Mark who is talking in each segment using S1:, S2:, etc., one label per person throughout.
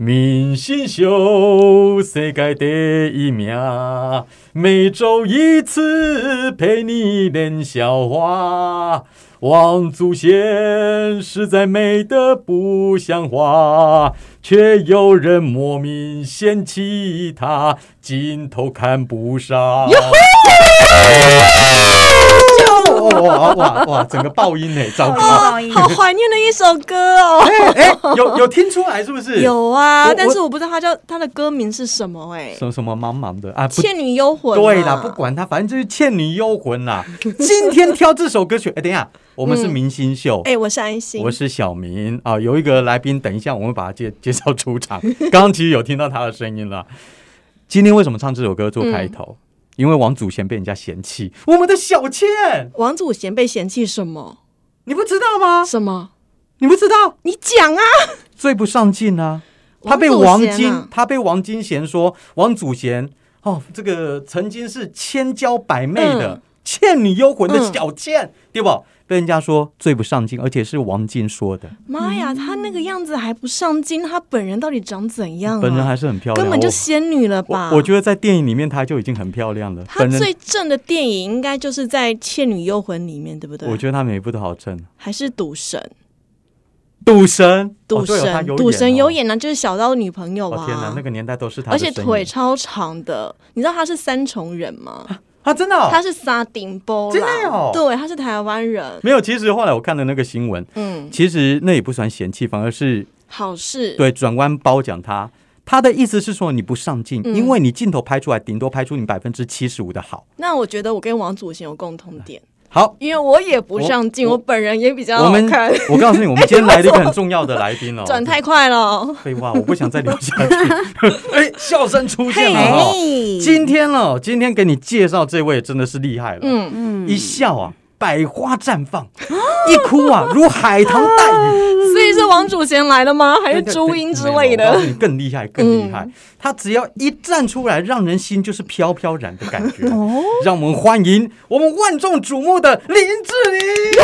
S1: 明星秀世界第一名，每周一次陪你练笑话。王祖贤实在美得不像话，却有人莫名嫌弃他，镜头看不上。哇哇哇！整个爆音呢，欸糟糕！
S2: 啊，好怀念的一首歌哦。
S1: 哎、有有听出来是不 是？
S2: 有
S1: 我
S2: 啊
S1: 我，
S2: 但是我不知道它叫它的歌名是什么哎、
S1: 什么什么茫茫的啊？不
S2: 倩女幽魂》
S1: 对啦，
S2: 啦，
S1: 不管他，反正就是《倩女幽魂》啦。 今天挑这首歌曲，哎，等一下，我们是明星秀，
S2: 哎、我是安心
S1: 我，是小明啊。有一个来宾，等一下我们把他介介绍出场。刚刚其实有听到他的声音了。今天为什么唱这首歌做开头？因为王祖贤被人家嫌弃，我们的小倩，
S2: 王祖贤被嫌弃什么？
S1: 你不知道吗？
S2: 什么？
S1: 你不知道，
S2: 你讲啊！
S1: 最不上进啊！他被
S2: 王
S1: 王
S2: 祖贤
S1: 金，
S2: 啊
S1: 他被王金贤说王祖贤哦，这个曾经是千娇百媚的、
S2: 嗯
S1: 倩女幽魂的小倩，对不？被人家说最不上进，而且是王金说的，
S2: 妈
S1: 嗯
S2: 呀，她那个样子还不上镜，她本人到底长怎样、啊？
S1: 本人还是很漂亮，
S2: 根本就
S1: 我
S2: 仙女了吧？
S1: 我我觉得在电影里面她就已经很漂亮了，
S2: 她
S1: 本人
S2: 最正的电影应该就是在《倩女幽魂》里面，对不对？
S1: 我觉得她每一部都好正。
S2: 还是赌神，
S1: 赌神，
S2: 赌
S1: 哦对哦她
S2: 神，
S1: 有
S2: 赌神有
S1: 演
S2: 演呢、就是小到女朋友
S1: 哦。
S2: 啊。
S1: 哦天哪，那个年代都是她的
S2: 而
S1: 身
S2: 且
S1: 影，
S2: 腿超长的，你知道他是三重人吗？
S1: 啊，真的哦、
S2: 他是沙丁波啦，
S1: 真的哦
S2: 对，他是台湾人。
S1: 没有。其实后来我看了那个新闻，
S2: 嗯，
S1: 其实那也不算嫌弃，反而是
S2: 好事。，
S1: 对，转弯褒奖他。他的意思是说你不上进，
S2: 嗯
S1: 因为你镜头拍出来顶多拍出你百分之七十五的好。
S2: 那我觉得我跟王祖贤有共同点，
S1: 好，
S2: 因为我也不上镜，
S1: 我
S2: 我本人也比较
S1: 我
S2: 好
S1: 们哦
S2: 看。。
S1: 我告诉你，我们今天来了一个很重要的来宾哦
S2: 转太快了，
S1: 废话，我不想再聊下 去。哎，笑声出现了哈、哦。
S3: 嘿，
S1: 今天哦，今天给你介绍这位真的是厉害了，
S2: 嗯，
S3: 嗯
S1: 一笑啊。百花绽放，一哭啊，如海棠带雨。
S2: 所以是王祖贤来了吗？还是朱茵之类
S1: 没有我告
S2: 的？
S1: 诉你更厉害，更厉害。他只要一站出来，让人心就是飘飘然的感觉。
S3: 哦，
S1: 让我们欢迎我们万众瞩目的林志玲。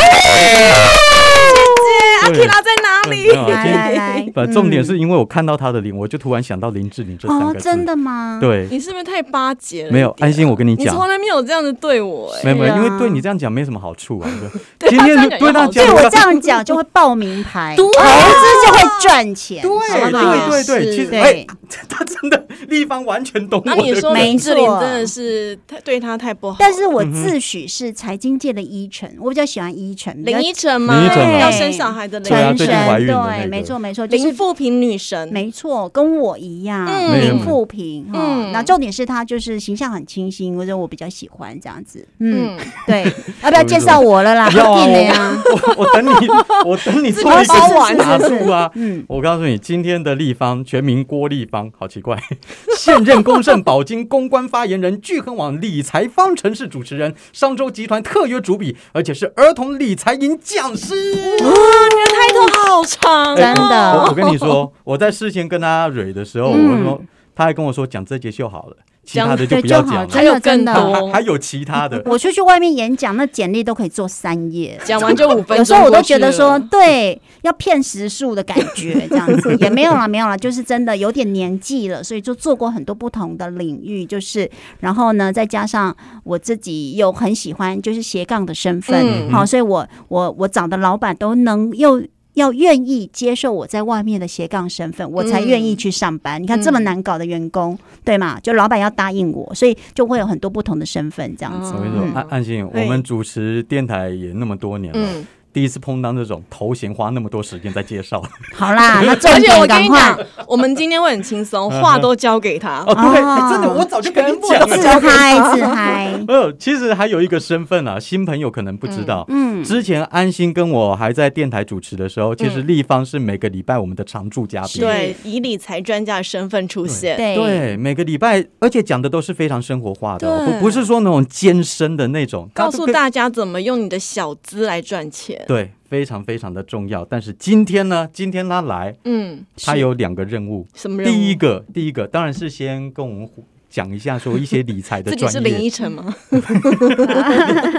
S2: 阿 k 拉在哪里？
S1: 对没有
S3: 来来
S2: 哎
S3: 来，
S1: 不，哎重点
S3: 嗯
S1: 是因为我看到她的脸，我就突然想到林志玲这三个
S3: 哦，
S1: 字。
S3: 真，的吗？，
S1: 对，
S2: 你是不是太巴结了？
S1: 没有，安心，我跟你
S2: 你
S1: 讲
S2: 从。来没有这样子对我，哎，
S1: 没有没有，
S3: 是
S1: 因
S3: 啊
S1: 为对你这样讲没什么好处啊。
S2: 对
S1: 今
S2: 她
S1: 天
S2: 这样讲
S1: 对
S2: 有
S1: 她
S2: 好
S1: 讲
S3: 哦对
S1: 的
S3: 我这样讲就会报名牌，
S2: 对啊
S3: 投资就会赚钱，
S1: 对
S3: 好不好
S1: 对对对，
S2: 是
S1: 其实
S3: 对
S1: 哎， 她真的立方完全懂
S2: 那
S1: 我
S2: 你
S1: 的
S2: 说
S1: 观
S3: 没
S2: 林志玲
S3: 错
S2: 真的是太对他太不好了？
S3: 但是我自诩是财经界的依晨，我比较喜欢依晨，比较
S2: 林依晨吗？
S1: 林依晨啊
S2: 要生小孩的林
S1: 对啊
S3: 传
S1: 最
S3: 神，
S1: 近怀孕的那个
S3: 对，没错没错，就
S2: 林
S3: 是
S2: 富平女神，
S3: 没错，跟我一样，
S2: 嗯
S3: 零富平
S2: 嗯
S3: 哈。那重点是他就是形象很清新，我觉得我比较喜欢这样子。嗯，
S2: 嗯，
S3: 对，要不要介绍 我了啦？
S1: 要啊
S3: 一定的呀，
S1: 我我等你，我等你做一
S3: 己
S1: 个
S3: 包完
S1: 打
S3: 是不是
S1: 住啊！
S3: 嗯，
S1: 我告诉你，今天的立方全名郭立方，好奇怪， 现任公正保金公关发言人，聚亨网理财方程式主持人，商周集团特约主笔，而且是儿童理财营讲师。
S2: 哎开头好长，啊
S3: 真的
S1: 我我跟你说，我在事先跟他蕊的时候，
S3: 嗯
S1: 我说他还跟我说讲这节秀好了，其他的就
S3: 对
S1: 不要
S3: 就好，
S1: 讲
S3: 真
S1: 了，
S2: 有
S3: 的
S2: 更
S3: 真
S1: 还
S3: 的。嗯
S2: 多
S1: 还还有其他 的。
S3: 我出去外面演讲，那简历都可以做三页。
S2: 讲完就五分钟。
S3: 有时候我都觉得说，，对，要骗时数的感觉，这样子也没有啦，没有啦，就是真的有点年纪了，所以就做过很多不同的领域，就是然后呢，再加上我自己又很喜欢就是斜杠的身
S2: 嗯
S3: 份，好、所以我我我找的老板都能又。要愿意接受我在外面的斜杠身份，我才愿意去上
S2: 嗯
S3: 班。你看这么难搞的员工，对嘛？就老板要答应我，所以就会有很多不同的身份这样子。
S1: 我跟你说
S2: 嗯，
S1: 安安心，我
S2: 对
S1: 们主持电台也那么多年了，
S2: 嗯，
S1: 第一次碰到那种头衔花那么多时间在介绍。
S3: 好 啦，那重
S2: 而且我
S3: 点
S2: 跟
S3: 赶
S2: 你
S3: 快
S2: 讲，我们今天会很轻
S1: 嗯
S2: 松，话都交给他。
S1: 哦，对，
S3: 啊
S1: 哎真的，我早就跟你讲了。
S3: 自嗨自嗨。
S1: 没有，呃其实还有一个身份啊，新朋友可能不知道。
S3: 嗯，
S1: 之前安心跟我还在电台主持的时候，其实立方是每个礼拜我们的常驻嘉宾。
S2: 对，以理财专家的身份出现，
S3: 对
S1: 对，每个礼拜，而且讲的都是非常生活化的哦，
S2: 对
S1: 不不是说那种艰深的那种。
S2: 告诉
S1: 大家
S2: 大家怎么用你的小资来赚钱。
S1: 都可以对，非常非常的重要。但是今天呢，今天他来，
S2: 嗯，
S1: 他有两个任务。
S2: 什么人物？
S1: 第一个，第一个当然是先跟我们讲一下说一些理财的
S2: 自己
S1: 专
S2: 是林
S1: 业。
S2: 依晨吗？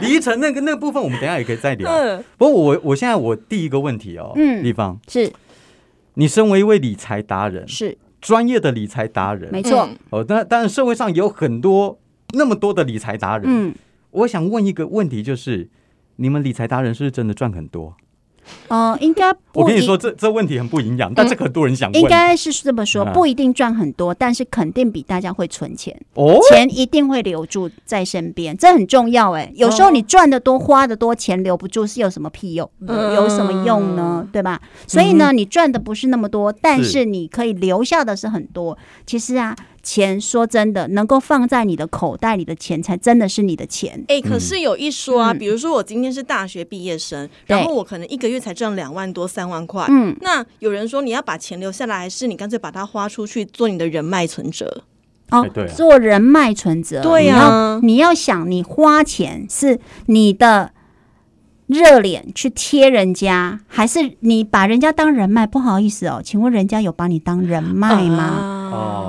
S1: 李依晨那个那个部分，我们等一下也可以再聊。
S2: 嗯，
S1: 不过我我现在我第一个问题哦，
S3: 嗯
S1: 立方，
S3: 是
S1: 你身为一位理财达人，
S3: 是
S1: 专业的理财达人，
S3: 没错，
S2: 嗯
S1: 哦，但但社会上有很多那么多的理财达人，
S3: 嗯，
S1: 我想问一个问题，就是你们理财达人是不是真的赚很多？
S3: 呃，应该不
S1: 我跟你
S3: 一
S1: 说，，这这问题很不营养，但这个很多人想问。
S3: 应该是这么说，
S1: 嗯
S3: 不一定赚很多，但是肯定比大家会存钱，
S1: 哦，
S3: 钱一定会留住在身边，这很重要哎。有时候你
S2: 哦
S3: 赚的多，花的多，钱留不住是有什么屁用？
S2: 嗯
S3: 有什么用呢？对吧？所以呢，你赚的不是那么多，但是你可以留下的是很多。其实啊，钱说真的，能够放在你的口袋里的钱，才真的是你的钱。
S1: 嗯
S2: 哎、可是有一说啊，
S3: 嗯
S2: 比如说我今天是大学毕业生，
S3: 对
S2: 然后我可能一个月才赚两万多、三万块。
S3: 嗯，
S2: 那有人说你要把钱留下来，还是你干脆把它花出去做你的人脉存折？
S3: 哦
S1: 哎，对啊
S3: 做人脉存折，
S2: 对呀、
S3: 你要想，你花钱是你的热脸去贴人家，还是你把人家当人脉？不好意思哦，请问人家有把你当人脉
S1: 哦
S3: 吗？
S2: 啊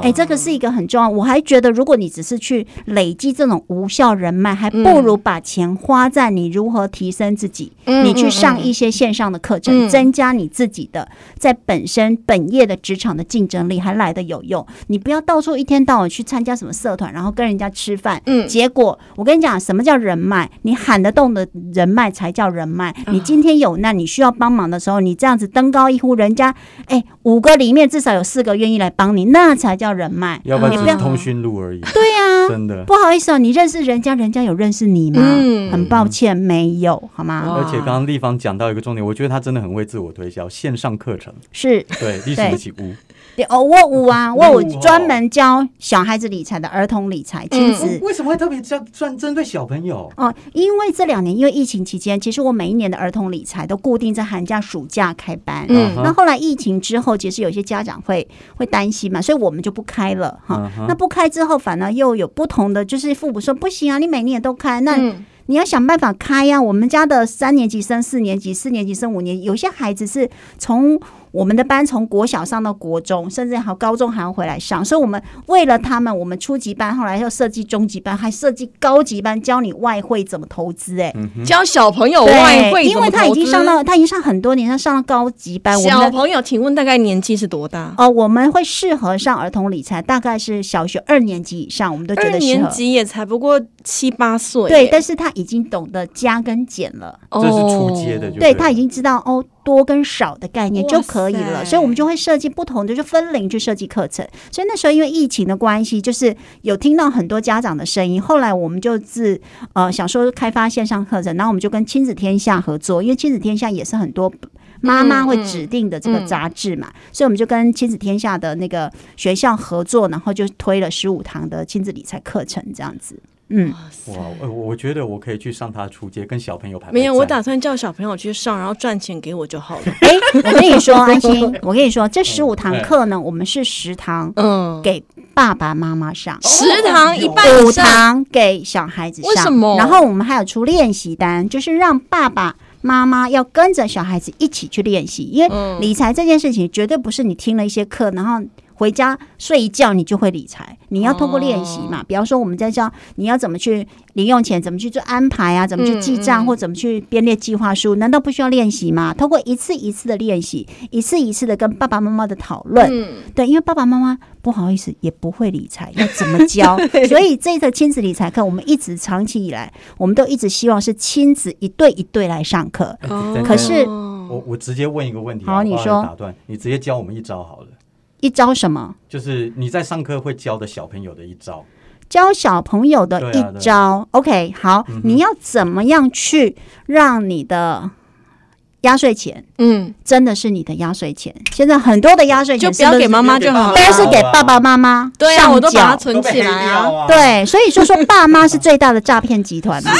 S3: 哎、这个是一个很重要。我还觉得，如果你只是去累积这种无效人脉，还不如把钱花在你如何提升自己。你去上一些线上的课程，
S2: 嗯
S3: 增加你自己的在本身本业的职场的竞争力，还来得有用。你不要到处一天到晚去参加什么社团，然后跟人家吃饭。
S2: 嗯
S3: 结果我跟你讲，什么叫人脉？你喊得动的人脉才叫人脉。
S1: 啊
S3: 你今天有难，你需要帮忙的时候，你这样子登高一呼，人家哎五个里面至少有四个愿意来帮你，那才叫人脉。
S1: 要不然
S2: 你
S1: 只
S2: 不
S1: 是
S2: 要
S1: 通讯录而已，
S3: 哎对啊呀、
S1: 真的。
S3: 不好意思哦，你认识人家，人家有认识你吗？
S2: 嗯
S3: 很抱歉，没有，好吗？
S2: 哇
S1: 而且刚刚立方讲到一个重点，我觉得他真的很会自我推销，线上课程，
S3: 是
S1: 对，历史一起屋，
S3: 对哦，我有啊，我
S1: 你有
S3: 有
S1: 哦
S3: 专门教小孩子理财的儿童理
S1: 嗯
S3: 财、亲子。
S1: 为什么会特别这样专针对小朋友？
S3: 哦，因为这两年因为疫情期间，其实我每一年的儿童理财都固定在寒假、暑假开班。
S2: 嗯
S1: 啊哈
S3: 那后来疫情之后，其实有些家长会会担心嘛，所以我们就不开了哈
S1: 嗯。哼
S3: 那不开之后，反而又有不同的，就是父母说不行啊，你每年都开，那
S2: 嗯
S3: 你要想办法开呀、我们家的三年级升四年级，四年级升五年级，有些孩子是从我们的班从国小上到国中，甚至还有高中还要回来上，所以我们为了他们，我们初级班后来又设计中级班，还设计高级班，教你外汇怎么投资、哎、
S2: 嗯教小朋友外
S3: 对，
S2: 汇
S3: 因
S2: 怎么投资，
S3: 为他已经上到他已经上很多年，他上到高级班，我
S2: 小
S3: 们的。
S2: 朋友，请问大概年纪是多大？
S3: 哦，我们会适合上儿童理财，大概是小学二年级以上，我们都觉
S2: 二
S3: 得适
S2: 年
S3: 合。
S2: 级也才不过七八岁，
S3: 对，但是他已经懂得加跟减了。
S1: 这是
S2: 哦
S1: 初阶的，就
S3: 对
S1: 了
S3: 他已经知道哦多跟少的概念
S2: 哇
S3: 就可以了，
S2: 塞
S3: 所以我们就会设计不同的，就分龄去设计课程。所以那时候因为疫情的关系，就是有听到很多家长的声音，后来我们就自呃想说开发线上课程，然后我们就跟亲子天下合作，因为亲子天下也是很多。妈妈会指定的这
S2: 嗯
S3: 个杂志嘛，所以我们就跟亲子天下的那个学校合作，然后就推了十五堂的亲子理财课程，这样子。嗯，
S1: 哇，呃我我觉得我可以去上他的初阶，跟小朋友排排
S2: 没有，我
S1: 站
S2: 打算叫小朋友去上，然后赚钱给我 就好了。
S3: 哎，我跟你说，安心，我跟你说，这十五堂课呢，我们是十堂
S2: 嗯，
S3: 给爸爸妈妈上，
S2: 食堂一半
S3: 五
S2: 以上，
S3: 堂给小孩子上。
S2: 为什么
S3: 然后我们还有出练习单，就是让爸爸。妈妈要跟着小孩子一起去练习，因
S2: 嗯
S3: 为理财这件事情绝对不是你听了一些课，然后回家睡一觉你就会理财。你要通过练习
S2: 哦
S3: 嘛，比方说我们在教你要怎么去零用钱，怎么去做安排啊，怎么去记账、
S2: 嗯嗯
S3: 或怎么去编列计划书，难道不需要练习吗？通过一次一次的练习，一次一次的跟爸爸妈妈的讨论，
S2: 嗯，
S3: 对，因为爸爸妈妈不好意思也不会理财，要怎么 教？所以这个亲子理财课，我们一直长期以来，我们都一直希望是亲子一对一对来上课。
S1: 哎
S2: 哦
S1: 等等
S3: 哦可是
S1: 我我直接问一个问题啊，
S3: 好你
S1: 不意思
S3: 说
S1: 打断你直接教我们一招好了，
S3: 一招什么？
S1: 就是你在上课会教的小朋友的一招，
S3: 教小朋友的
S1: 对啊嗯对
S3: 一
S1: 啊
S3: 招。OK，好，你要怎么样去让你的压岁钱
S2: 嗯，
S3: 真的是你的压岁钱？现在很多的压岁
S2: 就
S3: 钱
S2: 不要
S3: 是
S2: 给妈妈就好了
S3: 都是给爸爸妈妈
S2: 对啊，
S3: 上
S2: 我都把
S3: 缴。
S2: 它存起来啊。
S1: 啊，
S3: 对，所以就说爸妈是最大的诈骗集团嘛。啊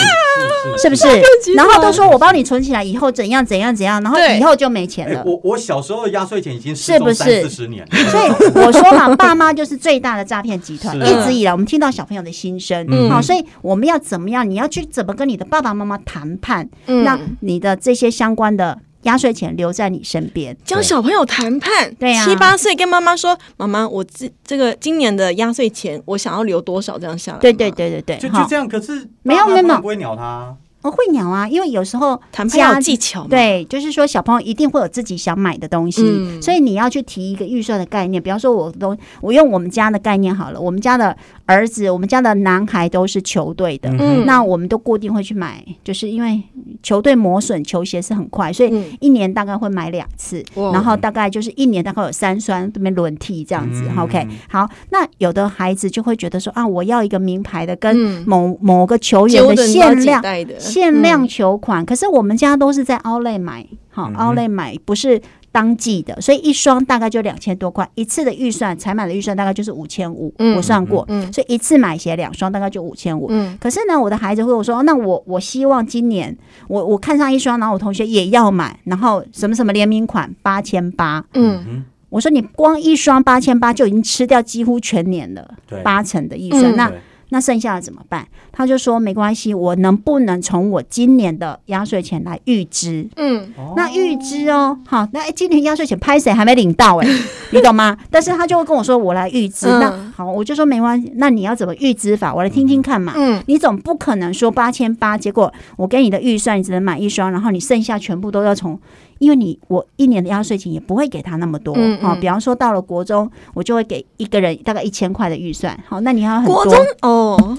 S1: 是
S3: 是不
S1: 是？
S3: 是？然后都说我帮你存起来，以后怎样怎样怎样，然后
S2: 对
S3: 以后就没钱
S1: 哎
S3: 了，。
S1: 我我小时候的压岁钱已经
S3: 是不
S1: 失踪
S3: 是
S1: 三四十年了，
S3: 所以我说嘛，爸妈就是最大的诈骗集团。
S1: 是啊
S3: 一直以来，我们听到小朋友的心声，
S1: 嗯
S3: 好，所以我们要怎么样？你要去怎么跟你的爸爸妈妈谈判，
S2: 嗯
S3: 让你的这些相关的压岁钱留在你身边。
S2: 教小朋友谈判，
S3: 对啊
S2: 七八岁跟妈妈说：“妈妈，我这这个今年的压岁钱，我想要留多少？这样下来。”
S3: 对对，对对
S1: 就
S3: 对，
S1: 就这样。可是
S3: 没有
S1: 爸妈
S3: 没有
S1: 不会鸟他啊，
S3: 哦，会鸟啊，因为有时候
S2: 谈判要
S3: 家
S2: 有技巧嘛，
S3: 对，就是说小朋友一定会有自己想买的东西，
S2: 嗯
S3: 所以你要去提一个预算的概念。比方说我都我用我们家的概念好了，我们家的儿子，我们家的男孩都是球队的，
S1: 嗯
S3: 那我们都固定会去买，就是因为球队磨损球鞋是很快，所以
S2: 嗯，
S3: 一年大概会买两次，
S2: 哇
S3: 然后大概就是一年大概有三双这边轮替这样子。
S1: 嗯
S3: OK，好，那有的孩子就会觉得说啊，我要一个名牌的，跟
S2: 嗯
S3: 某某个球员
S2: 结
S3: 的
S2: 婚
S3: 限量。
S2: 带的嗯
S3: 限量球款，可是我们家都是在 Outlet 买，好、
S1: 嗯哼
S3: Outlet 买不是当季的，所以一双大概就两千多块，一次的预算采买的预算大概就是五千五，
S2: 嗯
S3: 我算过，
S2: 嗯
S3: 所以一次买鞋两双大概就五千五。
S2: 嗯
S3: 可是呢，我的孩子会跟我说，哦那我我希望今年我我看上一双，然后我同学也要买，然后什么什么联名款八千八，
S2: 嗯
S1: 嗯，
S3: 我说你光一双八千八就已经吃掉几乎全年了
S1: 对，
S3: 八成的预算，
S2: 嗯
S3: 那
S1: 对
S3: 那剩下的怎么办？他就说没关系，我能不能从我今年的压岁钱来预支？
S2: 嗯
S3: 那预支哦，好，那哎今年压岁钱拍谁还没领到 哎、你懂吗？但是他就会跟我说我来预支，
S2: 嗯
S3: 那好，我就说没关系，那你要怎么预支法？我来听听看嘛。
S2: 嗯
S3: 你总不可能说八千八，结果我给你的预算你只能买一双，然后你剩下全部都要从，因为你我一年的压岁钱也不会给他那么多啊、
S2: 嗯嗯
S3: 哦比方说到了国中，我就会给一个人大概一千块的预算，好，那你还要很多。
S2: 国中哦，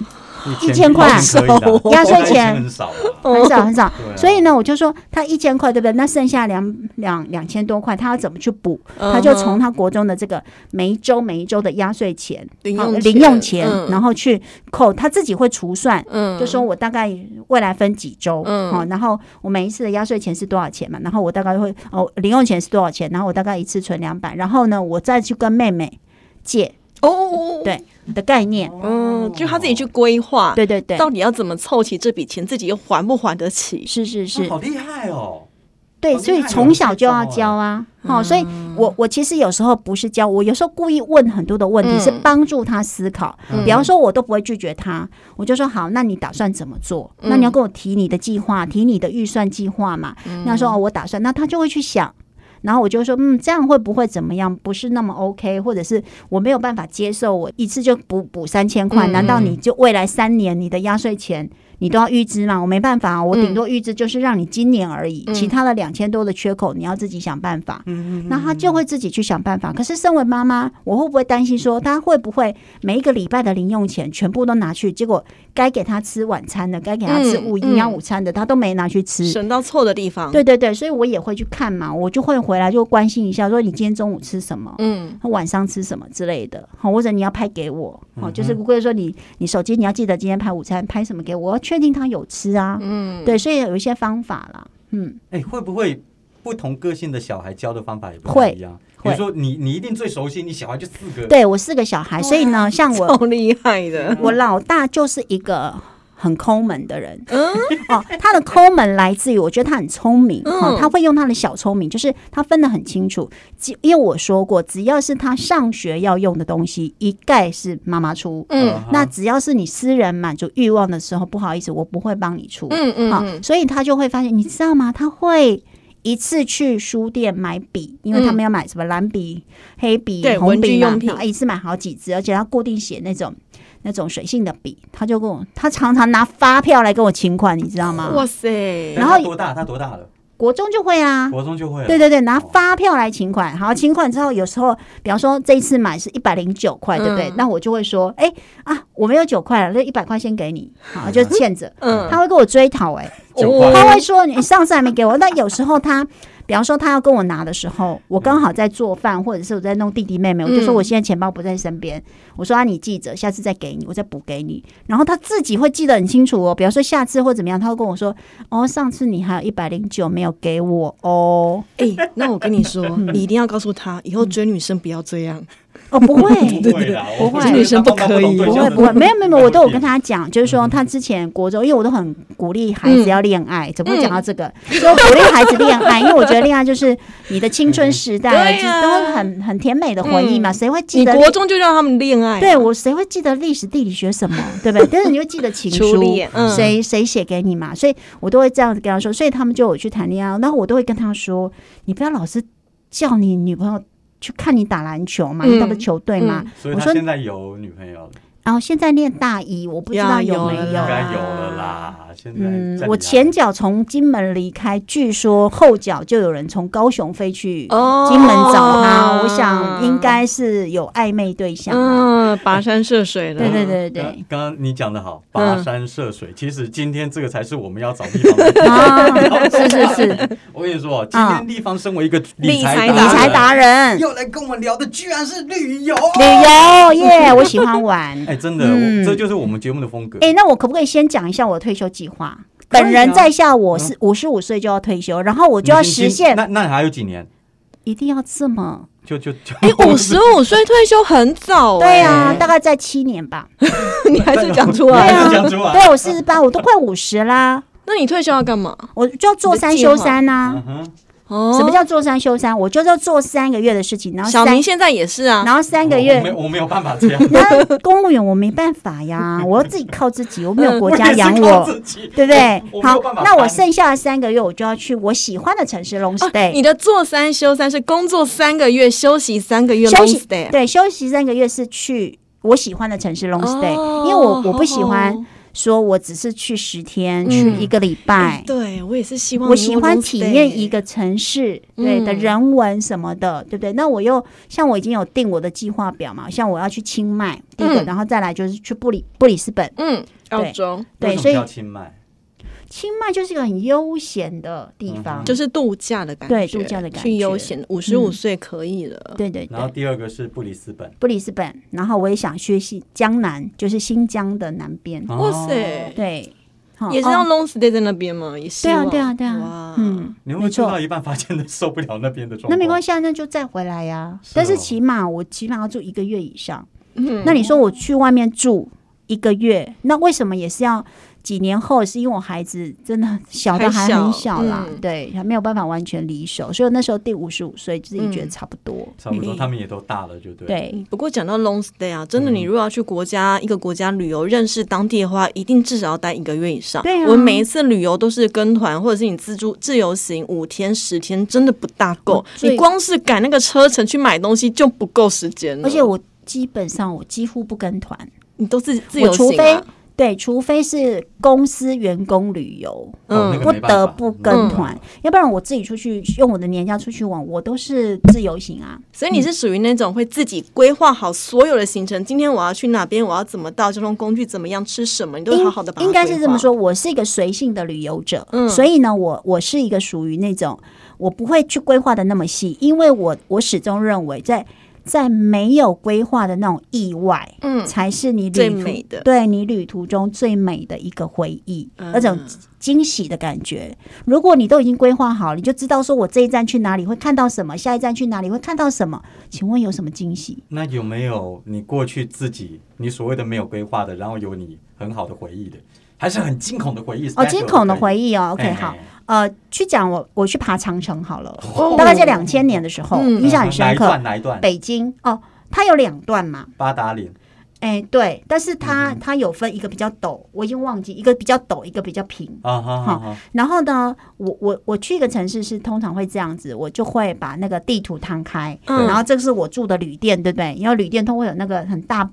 S1: 一
S3: 1000块
S1: 可以的
S2: 少
S3: 压岁
S1: 现在
S3: 钱
S1: 钱很少啊
S2: 哦
S3: 很少很少。
S1: 对啊
S3: 所以呢，我就说他一千块，对不对？那剩下两两两千多块，他要怎么去补？
S2: 嗯
S3: 他就从他国中的这个每一周每一周的压岁钱、
S2: 零
S3: 好
S2: 用钱
S3: 啊零用钱，
S2: 嗯
S3: 然后去扣，他自己会除算。
S2: 嗯
S3: 就说我大概未来分几周，
S2: 嗯
S3: 好、然后我每一次的压岁钱是多少钱嘛？然后我大概会哦，零用钱是多少钱？然后我大概一次存两百，然后呢，我再去跟妹妹借
S2: 哦哦，哦
S3: 对的概念，
S2: 嗯，就他自己
S1: 哦
S2: 去规划，
S3: 哦对对对，
S2: 到底要怎么凑齐这笔钱，自己又还不还得起？
S3: 是是是
S1: 哦，好厉害哦，
S3: 对，
S1: 好
S3: 所以
S1: 厉害哦
S3: 从小就要
S1: 这
S3: 教
S1: 招
S3: 啊，
S2: 嗯
S3: 好、所以我我其实有时候不是教，我有时候故意问很多的问题，
S2: 嗯
S3: 是帮助他思考。
S1: 嗯
S3: 比方说，我都不会拒绝他，我就说好，那你打算怎么做？
S2: 嗯
S3: 那你要跟我提你的计划，提你的预算计划嘛？
S2: 嗯
S3: 那说哦，我打算，那他就会去想。然后我就说，嗯，这样会不会怎么样？不是那么 OK，或者是我没有办法接受，我一次就补补三千块，
S2: 嗯
S3: 难道你就未来三年你的压岁钱你都要预支吗？我没办法啊，我顶多预支就是让你今年而已，
S2: 嗯
S3: 其他的两千多的缺口你要自己想办法。那他就会自己去想办法。可是身为妈妈，我会不会担心说他会不会每一个礼拜的零用钱全部都拿去，结果该给他吃晚餐的，该给他吃
S2: 嗯
S3: 午
S2: 嗯
S3: 营养午餐的，他都没拿去吃。
S2: 省到错的地方，，
S3: 对对对，所以我也会去看嘛，我就会回来就关心一下，说你今天中午吃什么。
S2: 嗯
S3: 晚上吃什么之类的，好，或者你要拍给我，好，就是如果说你你手机你要记得今天拍午餐拍什么给我，我要确定他有吃啊，
S2: 嗯，
S3: 对，所以有一些方法啦，嗯，
S1: 哎，会不会不同个性的小孩教的方法也不太
S3: 会
S1: 一样？比
S3: 会
S1: 如说你你一定最熟悉，你小孩就四个，
S3: 对我四个小
S2: 啊
S3: 孩，所以呢，像
S2: 超
S3: 我
S2: 厉害的，
S3: 我老大就是一个很抠门的人，
S2: 嗯
S3: 哦，他的抠门来自于我觉得他很聪明，
S2: 嗯
S3: 哦，他会用他的小聪明，就是他分得很清楚。只因为我说过，只要是他上学要用的东西，一概是妈妈出。
S2: 嗯
S1: 啊
S3: 那只要是你私人满足欲望的时候，不好意思，我不会帮你出。
S2: 嗯嗯
S3: 好、
S2: 嗯
S3: 所以他就会发现，你知道吗？他会一次去书店买笔，因为他们要买什么蓝笔、黑笔
S2: 对、
S3: 红
S2: 文具
S3: 笔嘛
S2: 用，品
S3: 然后一次买好几支，而且他固定写那种那种水性的笔。他就跟我，他常常拿发票来跟我请款，你知道吗？
S2: 哇塞，
S1: 但
S3: 然后
S1: 哎他多大？他多大了？
S3: 国中就会啊。
S1: 国中就会了，
S3: 对对对，拿发票来请款，好，请款之后，有时候，比方说这一次买是一百零九块，对不对？
S2: 嗯
S3: 那我就会说，哎啊，我没有九块了，那一百块先给你，好，啊就欠着。
S2: 嗯，
S3: 他会跟我追讨、哎，
S1: 啊九
S2: 哦
S1: 块
S3: 他会说你上次还没给我。那有时候他，比方说他要跟我拿的时候，我刚好在做饭，或者是我在弄弟弟妹妹，我就说
S2: 嗯
S3: 我现在钱包不在身边，我说啊你记着，下次再给你，我再补给你。然后他自己会记得很清楚哦，比方说下次或怎么样，他会跟我说哦，上次你还有一百零九没有给我哦，
S2: 哎、那我跟你 说，你一定要告诉他，以后追女生不要这样。
S3: 哦不会。
S1: 不会啦，
S3: 不
S1: 我
S3: 会
S1: 觉得
S2: 女生
S1: 他
S2: 不
S1: 碰到
S2: 可
S1: 同
S2: 以
S1: 对
S3: 不
S1: 象
S3: 会
S1: 的
S3: 不会，没有没有没有，我都有跟
S1: 不一定
S3: 他讲，就是
S2: 嗯
S3: 说他之前国中，因为我都很鼓励孩子要恋爱，怎么会讲到这
S2: 嗯
S3: 个？就鼓励孩子恋爱，因为我觉得恋爱就是你的青春时代，
S2: 对
S3: 就
S2: 啊
S3: 都很很甜美的回忆嘛，
S2: 嗯
S3: 谁会记
S2: 你
S3: 得？
S2: 国中就让他们恋爱，
S3: 对，我谁会记得历史地理学什么，对 不对？但是你会记得情
S2: 初
S3: 书，
S2: 恋，嗯，
S3: 谁谁写给你嘛，所以我都会这样子跟他说，所以他们就有去谈恋爱，然后我都会跟他说，你不要老是叫你女朋友去看你打篮球嘛，
S2: 嗯
S3: 你打不球队嘛，
S2: 嗯
S1: 所以
S3: 我
S1: 他
S3: 说
S1: 现在有女朋友了，
S3: 然后现在念大一，我不知道
S2: 呀
S3: 有没
S2: 有了
S3: 有
S2: 啦
S1: 应该
S3: 啊
S1: 有了啦。现在
S3: 嗯
S1: 在，
S3: 我
S1: 你那
S3: 前脚从金门离开，据说后脚就有人从高雄飞去
S2: 哦
S3: 金门找他，我想应该是有暧昧对象啊。
S2: 嗯，跋山涉水的，
S3: 对对对对
S1: 刚
S3: 对。
S1: 刚刚你讲的好，
S2: 嗯
S1: 跋山涉水。其实今天这个才是我们要找地 方的。
S3: 啊，是是是，理
S1: 我跟你说，今天立方身为一个财
S2: 理达人
S3: 财
S1: 人，
S3: 达人，
S1: 要来跟我们聊的居然是旅游。
S3: 旅游耶，我喜欢玩。
S1: 哎，真的，
S3: 嗯
S1: 我这就是我们节目的风格。
S3: 哎、那我可不可以先讲一下我的退休计划？
S1: 可以啊
S3: 本人在下，我是五十五岁就要退休，然后我
S1: 我
S3: 就要实现，
S1: 那那还有几年？
S3: 一定要这么
S1: 就就就
S2: 哎， 五十五岁退休很早，
S3: 对啊，
S2: 啊，
S3: 大概在七年吧。
S2: 你还是讲出
S1: 我
S3: 对
S1: 还
S2: 来。
S1: 是
S3: 啊，
S1: 讲出来
S3: 对我四十八，我都快五十啦，
S2: 那你退休要干嘛？
S3: 我就要做三休三呐、
S1: 嗯哼，
S2: 哦，
S3: 什么叫做三休三？我就是要做三个月的事情，然后
S2: 小
S3: 三
S2: 明，现在也是啊，
S3: 然后三个
S1: 哦我没
S3: 月。
S1: 我没有办法这样，
S3: 那公务员我没办法 呀，我要自己靠自 己，我没有国
S1: 嗯我
S3: 家
S1: 也是
S3: 养
S1: 靠
S3: 我，
S1: 自己
S3: 对不对
S1: 我？没
S3: 好
S1: 有办法，
S3: 那我
S1: 搬
S3: 剩下的三个月我就要去我喜欢的城市 long
S1: 啊
S2: 哦
S3: stay。
S2: 你的做三休三是工作三个月，休息三个月
S3: 休
S2: long
S3: 息
S2: stay。
S3: 对，休息三个月是去我喜欢的城市 long stay，、
S2: 哦
S3: 因为我我不喜
S2: 好好
S1: 哦
S3: 欢说我只是去十天、
S2: 嗯
S3: 去一个礼拜
S2: 哎，对我也是希望
S3: 我
S2: 能够
S3: 喜欢
S2: long
S3: 体
S2: stay
S3: 验一个城市对的
S2: 嗯
S3: 人文什么的，对不对？那我又像我已经有定我的计划表嘛，像我要去清迈第一个，
S2: 嗯
S3: 然后再来就是去布里布里斯本，
S2: 嗯澳洲
S1: 为
S3: 对，
S1: 什么
S3: 所以
S1: 叫清迈，
S3: 清迈就是一个很悠闲的地方，
S1: 嗯
S2: 就是度假的感觉，
S3: 对度假的感
S2: 去悠
S3: 觉
S2: 闲。五十五
S3: 嗯
S2: 岁可以了，
S3: 对对对
S1: 然后。第二个是布里斯本。
S3: 布里斯本，然后我也想去新江南，就是新疆的南边，
S2: 哇塞
S1: 哦！
S3: 对，好
S2: 嗯也是
S3: 哦
S2: 要 long stay 在那边吗？也希
S3: 对啊，
S2: 望
S3: 对啊，对啊
S2: 哇，，
S3: 嗯，
S1: 你会不会
S3: 没
S1: 做到
S3: 错。
S1: 一半发现受不了那边的状况？
S3: 那没关系啊，那就再回来
S1: 哦
S3: 呀、
S1: 是
S3: 但是
S1: 哦
S3: 起码我起码要住一个月以上。
S2: 嗯
S3: 那你说我去外面住一个月，那为什么也是要几年后？是因为我孩子真的小的
S2: 还
S3: 还
S2: 小
S3: 很小啦，
S2: 嗯
S3: 对，还没有办法完全离手，所以我那时候第五十五岁，自己觉得差不多。
S1: 差不多，
S2: 嗯
S1: 他们也都大了，就对。，
S3: 对，
S2: 不过讲
S3: 嗯
S2: 到 long stay 啊，真的，你如果要去国家、一个国家旅游，认识当地的话，一定至少要待一个月以上。
S3: 对啊
S2: 我每一次旅游都是跟团，或者是你自助自由行五天十天，真的不大够
S3: 我。最
S2: 你光是赶那个车程去买东西就不够时间了，
S3: 而且我基本上我几乎不跟团，
S2: 你都自自
S3: 我
S2: 由
S3: 除
S2: 行、
S3: 非
S2: 啊，
S3: 对，除非是公司员工旅游，
S1: 哦、那
S2: 嗯
S1: 个
S3: 不
S1: 没办法嗯
S3: 得不跟团，要不然我自己出去用我的年假出去玩，我都是自由行啊。
S2: 所以你是属于那种会自己规划好所有的行程。今天我要去哪边，我要怎么到，交通工具怎么样，吃什么，你都会好好的把它
S3: 应该是
S2: 规
S3: 这么
S2: 划。
S3: 说，我是一个随性的旅游者，
S2: 嗯
S3: 所以呢，我我是一个属于那种我不会去规划的那么细，因为我我始终认为在在没有规划的那种意外，
S2: 嗯
S3: 才是你旅
S2: 最
S3: 途
S2: 美的
S3: 对你旅途中最美的一个回忆，
S2: 嗯
S3: 那种惊喜的感觉。如果你都已经规划好，你就知道说我这一站去哪里会看到什么，下一站去哪里会看到什么，请问有什么惊喜？
S1: 那有没有你过去自己你所谓的没有规划的，然后有你很好的回忆的，还是很惊恐的回忆？
S3: 哦，惊恐的回
S1: 忆。
S3: 忆哦，OK，
S1: 哎
S3: 好
S1: 哎，
S3: 呃，去讲我我去爬长城好了，大概在两千年的时候，
S2: 嗯
S3: 印象很深
S1: 哦哪一段？
S3: 刻。
S1: 哪一段？
S3: 北京哦，它有两段嘛，
S1: 八达岭。
S3: 哎，对，但是
S1: 嗯
S3: 它它有分一个比较陡，我已经忘记一个比较陡，一个比较平。
S1: 啊哈哈哈。
S3: 然后呢，我我我去一个城市是通常会这样子，我就会把那个地图摊开，
S2: 嗯
S3: 然后这是我住的旅店，对不对？因为旅店通会有那个很大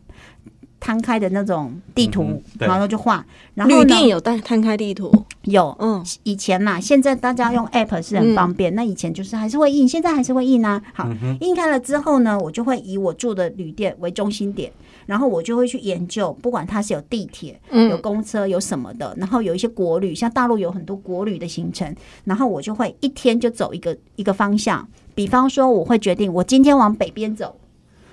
S3: 摊开的那种地图，
S1: 嗯哼对
S3: 然后就画。然后
S2: 旅
S3: 呢
S2: 店，有摊摊开地图，
S3: 有
S2: 嗯，
S3: 以前呐，现在大家用 app 是很方便，那以前就是还是会印，现在还是会印啊。好，印开了之后呢，我就会以我住的旅店为中心点，然后我就会去研究，不管它是有地铁、
S2: 嗯
S3: 有公车、有什么的，然后有一些国旅，像大陆有很多国旅的行程，然后我就会一天就走一个一个方向。比方说，我会决定我今天往北边走，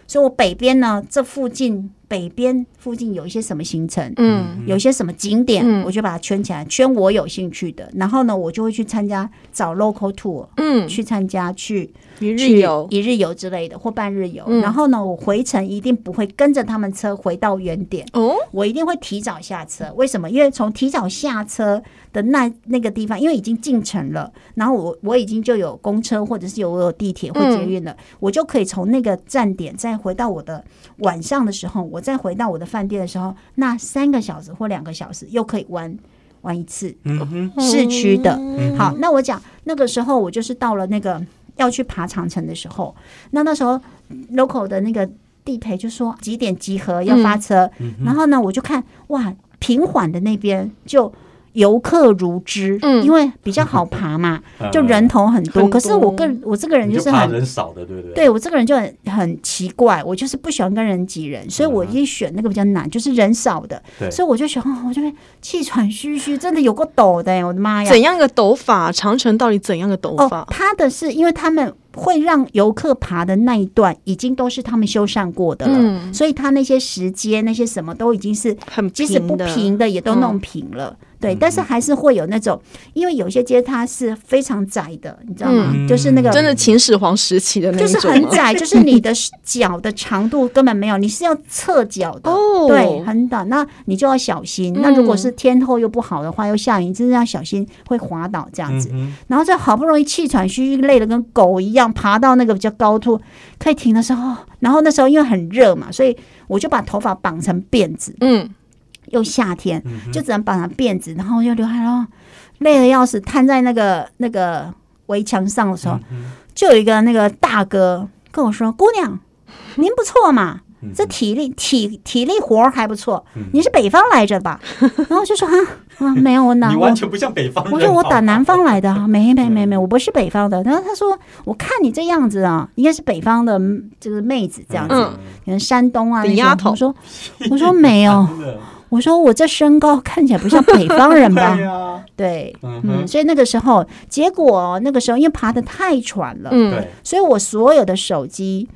S3: 所以我北边呢，这附近北边附近有一些什么行程，
S2: 嗯，
S3: 有些什么景点，
S2: 嗯
S3: 我就把它圈起来，圈我有兴趣的。然后呢，我就会去参加找 local tour，
S2: 嗯，
S3: 去参加去
S2: 一日
S3: 去
S2: 游，
S3: 一日游之类的或半日游。
S2: 嗯
S3: 然后呢，我回程一定不会跟着他们车回到原点，
S2: 哦，
S3: 我一定会提早下车。为什么？因为从提早下车的那那个地方，因为已经进城了，然后我我已经就有公车或者是有我有地铁或捷运了，我就可以从那个站点再回到我的晚上的时候，我再回到我的饭店的时候，那三个小时或两个小时又可以玩玩一次
S1: 嗯哼，
S3: 市区的。
S1: 嗯
S3: 好，那我讲那个时候我就是到了那个要去爬长城的时候，那那时候 local 的那个地陪就说几点集合要
S2: 嗯
S3: 发车，
S1: 嗯
S3: 然后呢，我就看哇，平缓的那边就。游客如织，
S2: 嗯
S3: 因为比较好 爬嘛，
S1: 嗯
S3: 就人头很多。
S2: 很
S3: 可是我
S2: 多
S3: 个我这个人
S1: 你
S3: 就是
S1: 怕
S3: 很
S1: 人少的，对不对？
S3: 对我这个人就很很奇怪，我就是不喜欢跟人挤人，所以我
S1: 嗯哼
S3: 一选那个比较难，就是人少的，
S1: 对
S3: 所以我就想，哦、我这边气喘吁吁，真的有个抖的耶，欸我的妈呀！
S2: 怎样一个抖法？长城到底怎样一个抖
S3: 哦
S2: 法，？
S3: 他的是因为他们会让游客爬的那一段已经都是他们修缮过的了，
S2: 嗯
S3: 所以他那些石阶那些什么都已经是
S2: 很
S3: 即使不
S2: 的，
S3: 平的也都弄平了。
S2: 嗯
S3: 对，但是还是会有那种，因为有些街它是非常窄的，你知道吗？
S1: 嗯
S3: 就是那个
S2: 真的秦始皇时期的那
S3: 就
S2: 一
S3: 是
S2: 种
S3: 很
S2: 吗。
S3: 窄，就是你的脚的长度根本没有，你是要侧脚的。
S2: 哦嗯
S3: 对，很短，那你就要小心。那如果是天候又不好的话，又下雨，你真的要小心会滑倒这样子。
S1: 嗯
S3: 然后这好不容易气喘吁吁，累得跟狗一样，爬到那个比较高处可以停的时候，然后那时候因为很热嘛，所以我就把头发绑成辫子，
S2: 嗯，
S3: 又夏天，
S1: 嗯
S3: 就只能绑成辫子，然后又流汗，然后累得要死，瘫在那个那个围墙上的时
S1: 嗯
S3: 候，就有一个那个大哥跟我说：“姑娘，您不错
S1: 嗯
S3: 嘛，这体力体体力活儿还不错，您是北方来着吧？”然后我就说：“啊啊，没有，我
S1: 哼
S3: 哪
S1: 你
S3: 我
S1: 完全不像北方人。嗯
S3: 我说我打南
S1: 好
S3: 方
S1: 不好，
S3: 来的 啊，没没没没，
S2: 嗯
S3: 我不是北方的。然后他说，我看你这样子啊，应该是北方的，嗯就是妹子这样子，
S2: 嗯
S3: 可能山东啊
S2: 李
S3: 那
S2: 丫
S3: 种。
S2: 头
S3: 我说，我说没有，
S1: 真的
S3: 我说我这身高看起来不像北方人 吧
S1: 对？呀，
S3: 对，
S1: 嗯
S3: 嗯，
S1: 哼，
S3: 所以那个时候，结果那个时候因为爬的太喘了，
S2: 嗯，
S1: 对，
S3: 所以我所有的手机。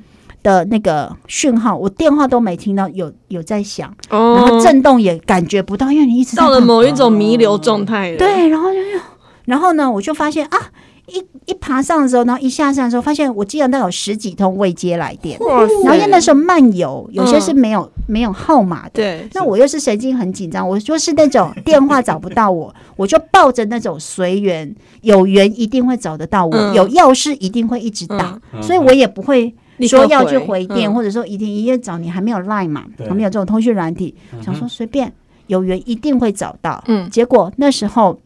S3: 的那个讯号，我电话都没听到有有在响，然后
S2: 哦，
S3: 震动也感觉不到，因为你一直在
S2: 到了
S3: 爬
S2: 某一种弥留状态了。，
S3: 对，然后就然后呢，我就发现啊，一一爬上的时候，然后一下山的时候，发现我竟然大概有十几通未接来电，
S2: 哇
S3: 然后因为那
S2: 塞，嗯
S3: 时候漫游，有些是没有、没有号码的。
S2: 对，
S3: 那我又是神经很紧张，我就是那种电话找不到我， 我就抱着那种随缘，有缘一定会找得到我，
S2: 嗯
S3: 有要事一定会一直打，
S1: 嗯
S3: 所以我也不会
S2: 立刻
S3: 说要去回电，
S2: 嗯
S3: 或者说一定一夜找你还没有 Line 嘛，
S1: 对嗯
S3: 还没有这种通讯软体，想说随便有缘一定会找到。
S2: 嗯
S3: 结果那时候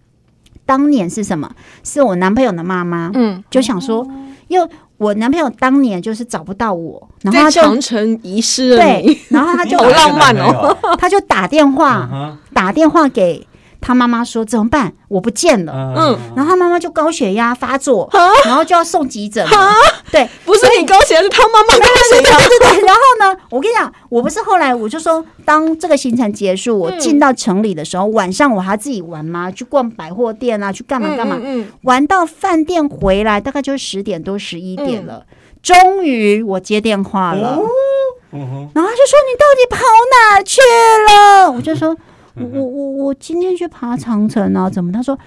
S3: 当年是什么？是我男朋友的妈妈，
S2: 嗯，
S3: 就想说，因为我男朋友当年就是找不到我，然后
S2: 在
S3: 他就
S2: 长城遗失了你，
S3: 对， 然后他就
S2: 好浪漫哦
S1: 哦。
S3: 他就打电
S1: 嗯
S3: 话
S1: 哼
S3: 打电话给他妈妈说怎么办？我不见了。
S1: 嗯
S3: 然后他妈妈就高血压发作，然后就要送急诊了。对，
S2: 不是你高血压，是他妈妈高血压。
S3: 对对对，然后呢，我跟你讲，我不是后来我就说，当这个行程结束，我进到城里的时候，晚上我还自己玩嘛，去逛百货店啊，去干嘛干嘛，
S2: 嗯，
S3: 玩到饭店回来，大概就是十点多、十一
S2: 嗯
S3: 点了。终于我接电话了，
S2: 哦
S1: 嗯哼，
S3: 然后他就说：“你到底跑哪去了？”我就 说：“我
S2: 嗯
S3: 我我我今天去爬长城啊，怎么？”他说：“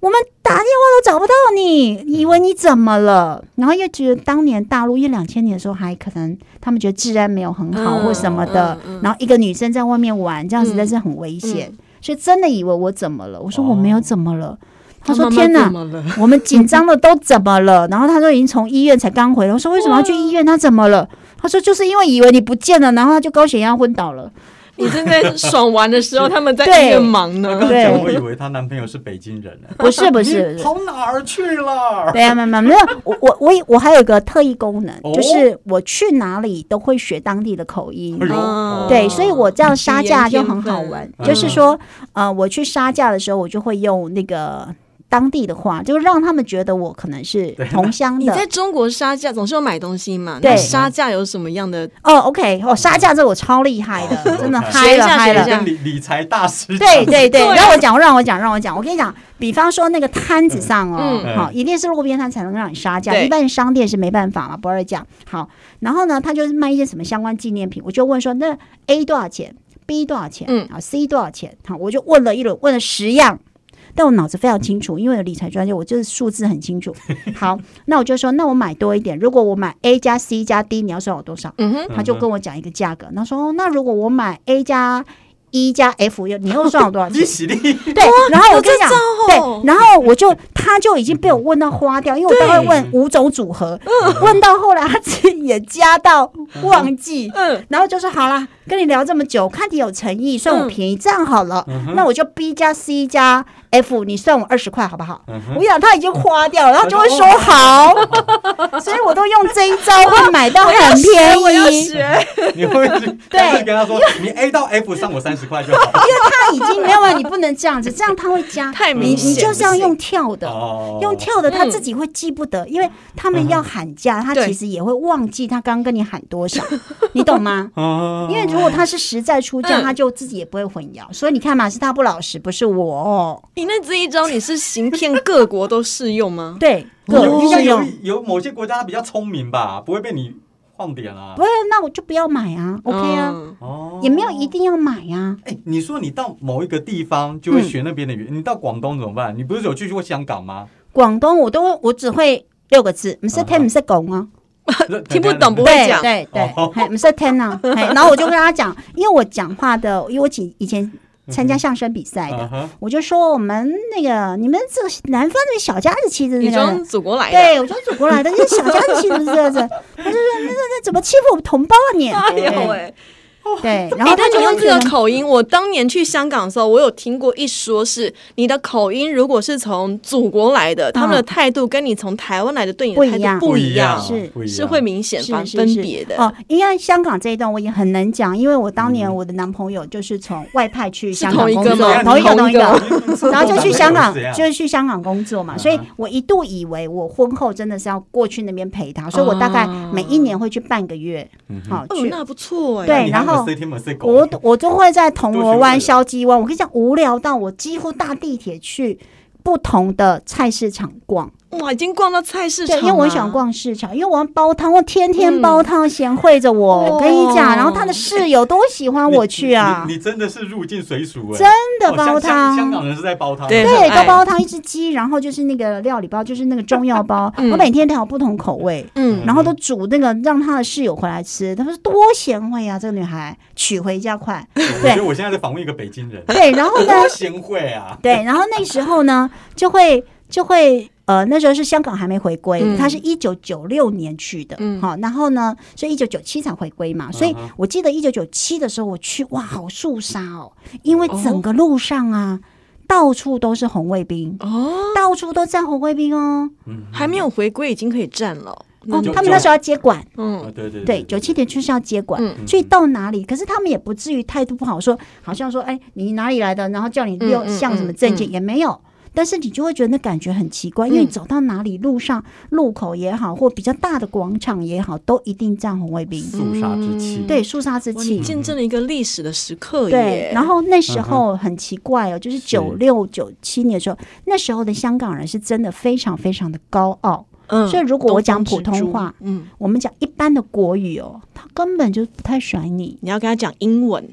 S3: 我们打电话都找不到你，你以为你怎么了？”然后又觉得当年大陆一两千年的时候，还可能他们觉得治安没有很好
S2: 嗯
S3: 或什么的，
S2: 嗯嗯
S3: 然后一个女生在外面玩这样子，
S2: 嗯
S3: 但是很危险，
S2: 嗯
S3: 所以真的以为我怎么了？我说
S1: 哦
S3: 我没有怎么了。他说：“
S2: 他妈妈
S3: 天哪！
S2: 怎么了？
S3: 我们紧张的都怎么 了？然后他说已经从医院才刚回来。我说为什么要去医院？他怎么了？他说就是因为以为你不见了，然后他就高血压昏倒 了。
S2: 你正在爽玩的时候，他们在
S3: 对
S2: 医院忙
S1: 那
S2: 呢。
S1: 刚才
S3: 对
S1: 我以为她男朋友是北京人呢。
S3: 不是不是
S1: 你，跑哪儿去了？
S3: 对啊，没有没有没有，我我我以我还有一个特异功能，
S1: 哦
S3: 就是我去哪里都会学当地的口音
S1: 哎。呦
S2: 嗯
S3: 对，所以我这样杀价
S2: 语言
S3: 就
S2: 天
S3: 很好
S2: 分
S3: 玩。
S1: 嗯
S3: 就是说，呃，我去杀价的时候，我就会用那个当地的话，就让他们觉得我可能是同乡
S2: 你
S3: 的
S2: 在。中国杀价总是要买东西嘛？
S3: 对
S2: 那杀价有什么样的？
S3: 哦，OK，哦，杀价这我超厉害的，
S1: 哦
S3: 真的
S1: ，OK
S3: 嗨了
S2: 学一下
S3: 嗨
S2: 学一
S3: 了
S2: 下。
S1: 跟理理财大师
S3: 对对对，
S2: 对啊
S3: 让我讲，让我讲，让我讲。我跟你讲，比方说那个摊子上哦，
S1: 嗯
S3: 好，一定是路边摊才能让你杀价，
S2: 对
S3: 一般商店是没办法嘛，不二价。好，然后呢，他就是卖一些什么相关纪念品，我就问说，那 A 多少钱？B 多少钱？
S2: 嗯
S3: 好，C 多少钱？好，我就问了一轮，问了十样。但我脑子非常清楚，因为有理财专业，我就是数字很清楚。好，那我就说，那我买多一点。如果我买 A 加 C 加 D，你要算我多少？
S2: 嗯哼，
S3: 他就跟我讲一个价格，然后说、哦、那如果我买 A 加 E 加 F，又你又算我多少
S1: 利
S3: 钱？
S1: 息利，
S3: 对，然啊后我就讲，
S2: 有这招哦
S3: 对，然后我就他就已经被我问到花掉，因为我大概
S2: 嗯
S3: 问五种组合，问到后来他自己也加到忘记。
S2: 嗯，
S3: 然后就说好啦，跟你聊这么久，看你有诚意，算我
S2: 嗯
S3: 便宜，这样好了，那我就 B 加 C 加 F，你算我二十块好不好？
S2: 嗯
S3: 我想他已经花 掉了，然后就会说好，所以我都用这一招会买到很便宜。
S2: 我要科
S3: 西，
S2: 学。
S1: 你会不会去
S3: 对
S1: 干脆跟他说，你 A 到 F 上我三十块就好。
S3: 他已经没有了，啊你不能这样子，这样他会加，
S2: 太
S3: 你
S2: 明
S3: 你
S2: 显
S3: 就是要用跳的。
S1: 哦
S3: 用跳的他
S2: 嗯
S3: 自己会记不得，因为他们要喊价，他
S2: 对
S3: 其实也会忘记他刚刚跟你喊多少，你懂吗？
S1: 啊
S3: 因为如果他是实在出价，
S2: 嗯
S3: 他就自己也不会混淆。所以你看嘛，是他不老实，不是我哦。
S2: 你那这一招你是行遍各国都适用吗？
S3: 对，各
S1: 有有
S3: 各
S1: 哦有
S3: 用。
S1: 有某些国家比较聪明吧，不会被你晃点啦
S3: 不。会，那我就不要买啊，OK 啊，
S2: 嗯，
S1: 哦
S3: 也没有一。定要买啊。
S1: 哎，你说你到某一个地方
S3: 嗯
S1: 就会学那边的语言，你到广东怎么办？你不是有去过香港 吗？
S3: 广东我都我只会六个字，唔识听唔识讲啊。
S2: 听不懂不会
S3: 对
S2: 讲
S3: 对对
S1: 哦，
S3: 嘿唔识听啊。 嘿然后我就跟他讲，因为我讲话的，因为我以以前参加相声比赛的
S1: 嗯，哼
S3: 我就说我们那个你们这个南方那个小家子气的那
S2: 你
S3: 个
S2: 装。祖国来的，
S3: 对，我就祖国来的，这小家子气的这 样子，他就说那那那怎么欺负我们同胞啊你？
S2: 哎呦喂！
S3: 对，然后，
S2: 哎
S3: 他
S2: 但
S3: 就
S2: 你
S3: 会
S2: 用
S3: 觉
S2: 这个
S3: 得
S2: 口音，我当年去香港的时候，我有听过一说是你的口音，如果是从祖国来的，他们的态度跟你从台湾来的对你
S3: 不
S2: 的
S3: 一
S2: 态
S3: 样
S2: 度不一样，
S3: 是
S1: 嗯不一样
S2: 是 会明显
S3: 是
S2: 分
S3: 是
S2: 分
S3: 是
S2: 别的。
S3: 哦，因为香港这一段我也很能讲，因为我
S1: 嗯
S3: 当年我的男朋友就是从外派去香港
S2: 同一
S3: 工
S2: 个
S3: 作
S2: 吗，
S3: 同一个
S2: 同
S3: 同
S2: 一
S3: 一
S2: 个
S3: 个，
S1: 个
S3: 然后就去 香港，
S1: 啊
S3: 就是是去香港工作
S1: 嗯
S3: 嘛，所以我一度以为我婚后真的是要过去那边陪他，所以我大概每一年会去半个月，
S1: 嗯
S3: 好
S2: 哦，
S3: 去。
S2: 那不错哎。
S3: 对然后我我就会在铜锣湾、筲箕湾，我跟你讲，无聊到我几乎搭地铁去不同的菜市场逛。
S2: 哇，已经逛到菜市场啊嗯
S3: 对，因
S2: 了，
S3: 为我很喜欢逛市场，因为我要煲汤，我天天煲汤，贤惠着我。我跟你
S2: 哦
S3: 讲，然后他的室友都喜欢我去啊
S1: 你，你真的是入境随俗哎，
S3: 真的
S1: 哦香
S3: 煲
S1: 香香
S3: 汤。
S1: 港人是在煲汤，
S2: 对
S3: 对，
S2: 很爱
S3: 都煲汤，一只鸡，然后就是那个料理包，就是那个中药包。
S2: 嗯
S3: 我每天调不同口味，
S2: 嗯，
S3: 然后都煮那个让他的室友回来吃。他说多贤惠啊，这个女孩娶回家快。
S1: 我觉得我现在在访问一个北京人，
S3: 对，然 后呢，
S1: 多贤惠啊，
S3: 对，然后那时候呢，就会就会呃，那时候是香港还没回归，
S2: 嗯
S3: 他是一九九六年去的，
S2: 嗯
S3: 好，然后呢，所以一九九七才回归嘛，所以
S1: 嗯哼
S3: 我记得一九九七的时候我去，哇，好肃杀哦，因为整个路上啊，到处都是红卫兵，
S2: 哦，
S3: 到处都站红卫兵哦，
S1: 嗯，
S2: 还没有回归，已经可以占了。
S3: 哦
S2: 那，
S1: 就
S3: 他们那时候要接管。
S1: 啊
S2: 嗯，
S1: 对对
S3: 对，九七年就是要接管，
S2: 嗯
S3: 所以到哪里，可是他们也不至于态度不好，说好像说，哎，你哪里来的，然后叫你
S2: 嗯
S3: 六
S2: 嗯
S3: 像什么证件、也没有。但是你就会觉得那感觉很奇怪，因为
S2: 嗯
S3: 你走到哪里，路上、路口也好，或比较大的广场也好，都一定站红卫兵，
S2: 嗯
S1: 肃杀之气，
S3: 嗯对，肃杀之
S2: 哇，你
S3: 气。
S2: 见证了一个历史的时刻
S3: 对
S2: 耶，。
S3: 然
S2: 后
S3: 后那时候很奇怪哦，就是
S1: 是
S3: 九六九七年的时候，那时候的香港人是真的非常非常的高傲，
S2: 嗯
S3: 所以如果我讲普通，
S2: 东方
S3: 话，
S2: 之珠嗯，
S3: 我们讲一般的国语哦，他根本就不太甩你。
S2: 你要跟他讲英文，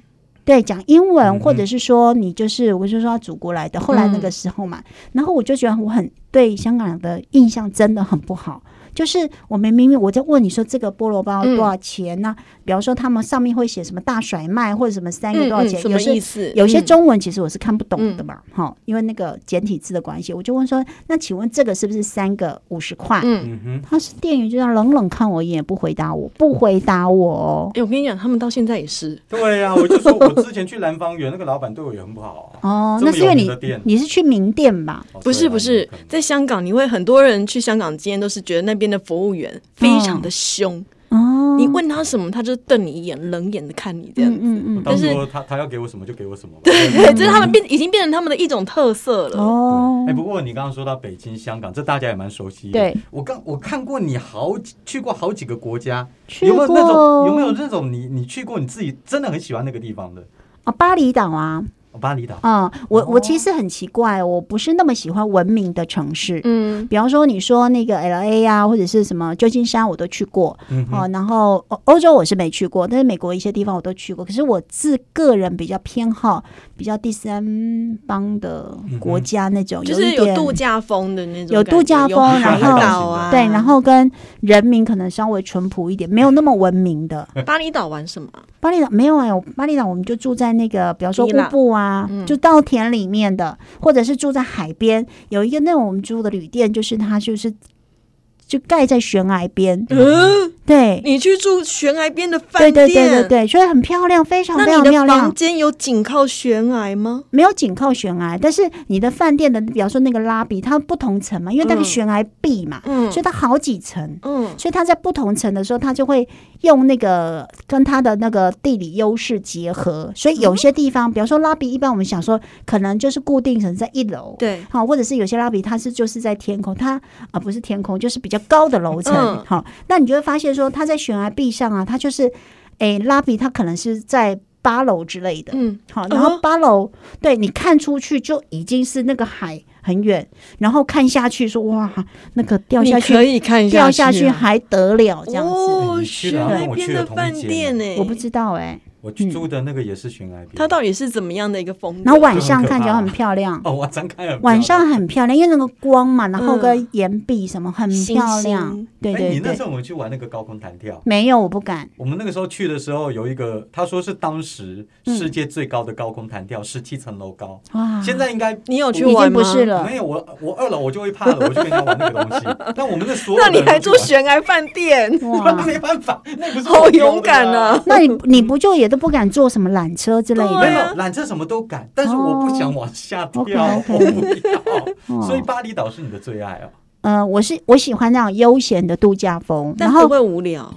S3: 对，讲英
S1: 嗯
S3: 文，
S1: 哼
S3: 或者是说你就是，我就说他祖国来的，后来那个时候嘛，
S2: 嗯
S3: 然后我就觉得我很对香港人的印象真的很不好。就是我们明明我在问你说这个菠萝包
S2: 嗯
S3: 多少钱呢、比方说他们上面会写什么大甩卖或者什么三个
S2: 嗯
S3: 多少
S2: 嗯
S3: 钱，
S2: 什
S3: 有
S2: 么
S3: 些
S2: 意思？
S3: 有些
S2: 嗯
S3: 中文其实我是看不懂的嘛，哈、因为那个简体字的关系，我就问说，那请问这个是不是三个五十块？
S2: 嗯，
S1: 嗯哼，
S3: 他是店员就这样冷冷看我一眼，不回答我，不回答我哦。
S2: 哎，我跟你讲，他们到现在也是，
S1: 对呀，我就说我之前去兰芳园那个老板对我也很不好啊，
S3: 哦，
S1: 这
S3: 那
S1: 么
S3: 是因为
S1: 有名
S3: 你
S1: 的店
S3: 你是去名店吧？
S1: 哦
S2: 不是不是，
S1: 对啊
S2: 在香港你会很多人去香港，今天都是觉得那边的服务员非常的凶，
S3: 哦，
S2: 你问他什么，他就瞪你一眼，冷眼的看你这样。
S3: 嗯
S1: 有可能
S3: 嗯
S1: 到
S2: 但是
S1: 时候他他要给我什么就给我什么吧。
S2: 对，这是他们变已经变成他们的一种特色
S3: 嗯，
S2: 了。
S3: 哦
S1: 哎，，不过你刚刚说到北京、香港，这大家也蛮熟悉的。
S3: 对，
S1: 我刚我看过你好几去过好几个国家，
S3: 去
S1: 有没有那种有没有
S3: 过
S1: 那种你你去过你自己真的很喜欢那个地方的？
S3: 啊，巴厘岛啊，
S1: 哦巴厘岛，
S3: 啊，我
S1: 哦
S3: 我其实很奇怪，我不是那么喜欢文明的城市。
S2: 嗯，
S3: 比方说，你说那个 L A 啊，或者是什么旧金山，我都去过
S1: 嗯哼
S3: 哦。然后欧欧洲我是没去过，但是美国一些地方我都去过。可是我自个人比较偏好比较第三邦的
S1: 嗯
S3: 国家那种，
S2: 就是
S3: 一
S2: 有
S3: 点
S2: 度假风的那种感觉，
S3: 有度假风
S2: 有海
S1: 然后
S2: 岛啊，
S3: 对，然后跟人民可能稍微淳朴一点，没有那么文明的。
S1: 哎
S2: 巴厘岛玩什么啊？
S3: 巴厘岛没有哎、我巴厘岛我们就住在那个，比方说
S2: 伊
S3: 乌
S2: 朗
S3: 布啊，
S2: 嗯
S3: 就稻田里面的，或者是住在海边，有一个那种我们住的旅店，就是它就是就盖在悬崖边，
S2: 嗯，
S3: 对，
S2: 你去住悬崖边的饭
S3: 对
S2: 店，
S3: 对对对对，所以很漂亮，非常非
S2: 那
S3: 常
S2: 你的
S3: 漂亮
S2: 房。间有紧靠悬崖吗？
S3: 没有紧靠悬崖，但是你的饭店的，比方说那个拉比，它不同层嘛，因为那个
S2: 嗯
S3: 悬崖壁嘛，
S2: 嗯
S3: 所以它好几层，
S2: 嗯
S3: 所以它在不同层的时候，它就会用那个跟它的那个地理优势结合。所以有些地方，比方说拉比，一般我们想说可能就是固定成在一楼，
S2: 对，
S3: 好，或者是有些拉比它是就是在天空，它啊、呃不是天空，就是比较高的楼层
S2: 嗯，
S3: 好、那你就会发现说它在悬崖壁上啊，它就是，诶拉比它可能是在八楼之类的，
S2: 嗯，
S3: 好，
S2: 嗯
S3: 然后八楼，对你看出去就已经是那个海很远，然后看下去说哇，那个掉
S2: 你
S3: 下去
S2: 可以看
S3: 掉下
S2: 下
S3: 去
S2: 啊
S3: 还得了这样子，
S2: 哦，
S1: 哎你去的
S2: 悬
S1: 好像
S2: 崖
S1: 跟我
S2: 边
S1: 去的
S2: 的
S1: 同一
S2: 饭
S1: 间
S2: 店呢、
S3: 我不知道哎、
S1: 我去租的那个也是悬崖边，
S2: 它到底是怎么样的一个风格？
S3: 然后晚上
S1: 很可怕
S3: 看起来很漂亮。
S1: 哦，晚上看很漂亮
S3: 晚上很漂亮，因为那个光嘛，然后
S2: 嗯
S3: 跟岩壁什么很
S2: 星
S3: 漂亮。
S2: 星
S3: 对
S1: 哎，你
S3: 对
S1: 那
S3: 对
S1: 时，候我们去玩那个高空弹跳，
S3: 没有我不敢。
S1: 我们那个时候去的时候有一个，他说是当时世界最高的高空弹跳，十七层楼高，
S2: 啊
S3: 哇，
S1: 现在应该。
S2: 你有
S3: 已
S2: 去玩
S3: 经
S2: 吗？
S3: 不是了，
S1: 没有我，我二楼我就会怕了，我就跟人家玩那个东 西。但我们的所有的
S2: 那你
S1: 人
S2: 还
S1: 都
S2: 住
S1: 去
S2: 悬崖饭 店？
S1: 玩，那
S3: 哇，
S1: 没办法，那不是
S2: 好
S1: 我丢的
S2: 勇敢啊
S1: 啊！
S3: 那你你不就也都不敢坐什么缆车之类
S2: 对
S1: 没
S3: 的？
S2: 啊
S1: 有缆车什么都敢，但是我不想往下跳，
S3: 哦
S1: 我不要。
S3: 哦
S1: 所以巴厘岛是你的最爱哦。
S3: 呃，我是我喜欢那种悠闲的度假风，
S2: 但
S3: 然
S2: 会不
S3: 后啊
S2: 会无聊？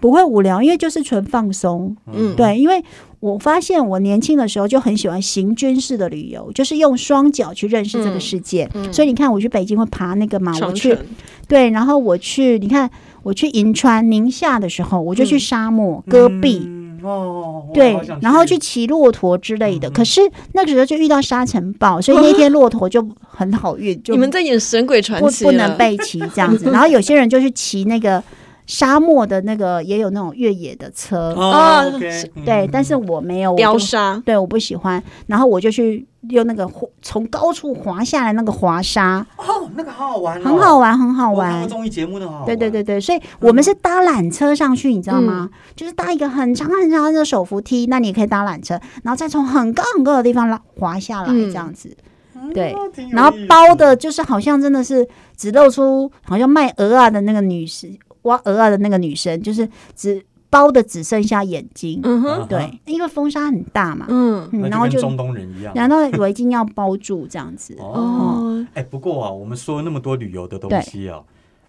S3: 不会无聊，因为就是纯放松。
S2: 嗯，
S3: 对，因为我发现我年轻的时候就很喜欢行军式的旅游，就是用双脚去认识这个世界。
S2: 嗯嗯
S3: 所以你看，我去北京会爬那个嘛，我
S2: 长
S3: 去
S2: 城
S3: 对，然后我去，你看我去银川、宁夏的时候，我就去
S2: 嗯
S3: 沙漠、戈壁。
S1: 嗯哦，我
S3: 对
S1: 好想，
S3: 然后去骑骆驼之类
S2: 嗯
S3: 的。可是那个时候就遇到沙尘 暴，所以那天骆驼就很好运，就
S2: 你们在演《神鬼传
S3: 不
S2: 奇》啊
S3: 不
S2: 了
S3: 能被骑这 样子。然后有些人就去骑那个沙漠的那个，也有那种越野的车，
S2: 啊
S1: 哦
S2: 是
S1: ，OK，嗯
S3: 对，但是我没有，我
S2: 飙
S3: 就
S1: 啊
S2: 沙，
S3: 对我不喜欢。然后我就去用那个滑从高处滑下来那个滑沙，
S1: 哦，那个好好玩哦，
S3: 很好玩，很好
S1: 我看过
S3: 玩。
S1: 综艺节目的好好玩，
S3: 对对对对，所以我们是搭缆车上去，你知道吗？就是搭一个很长很长的手扶梯，那你也可以搭缆车，然后再从很高很高的地方拉滑下来
S2: 嗯
S3: 这样子。
S1: 嗯，
S3: 对
S1: 挺有意思
S3: 然后包的就是好像真的是只露出好像卖鹅啊的那个女生，挖鹅啊的那个女生，就是只包的只剩下眼睛。
S2: 嗯
S1: 啊
S2: 哼，
S3: 对，因为风沙很大嘛，
S2: 嗯，
S3: 嗯，
S1: 那
S3: 然后
S1: 跟
S3: 就
S1: 中东人一样。
S3: 然后围巾要包住这样子。
S1: 哦，
S2: 哦，
S1: 哎，不过啊，我们说了那么多旅游的东西啊，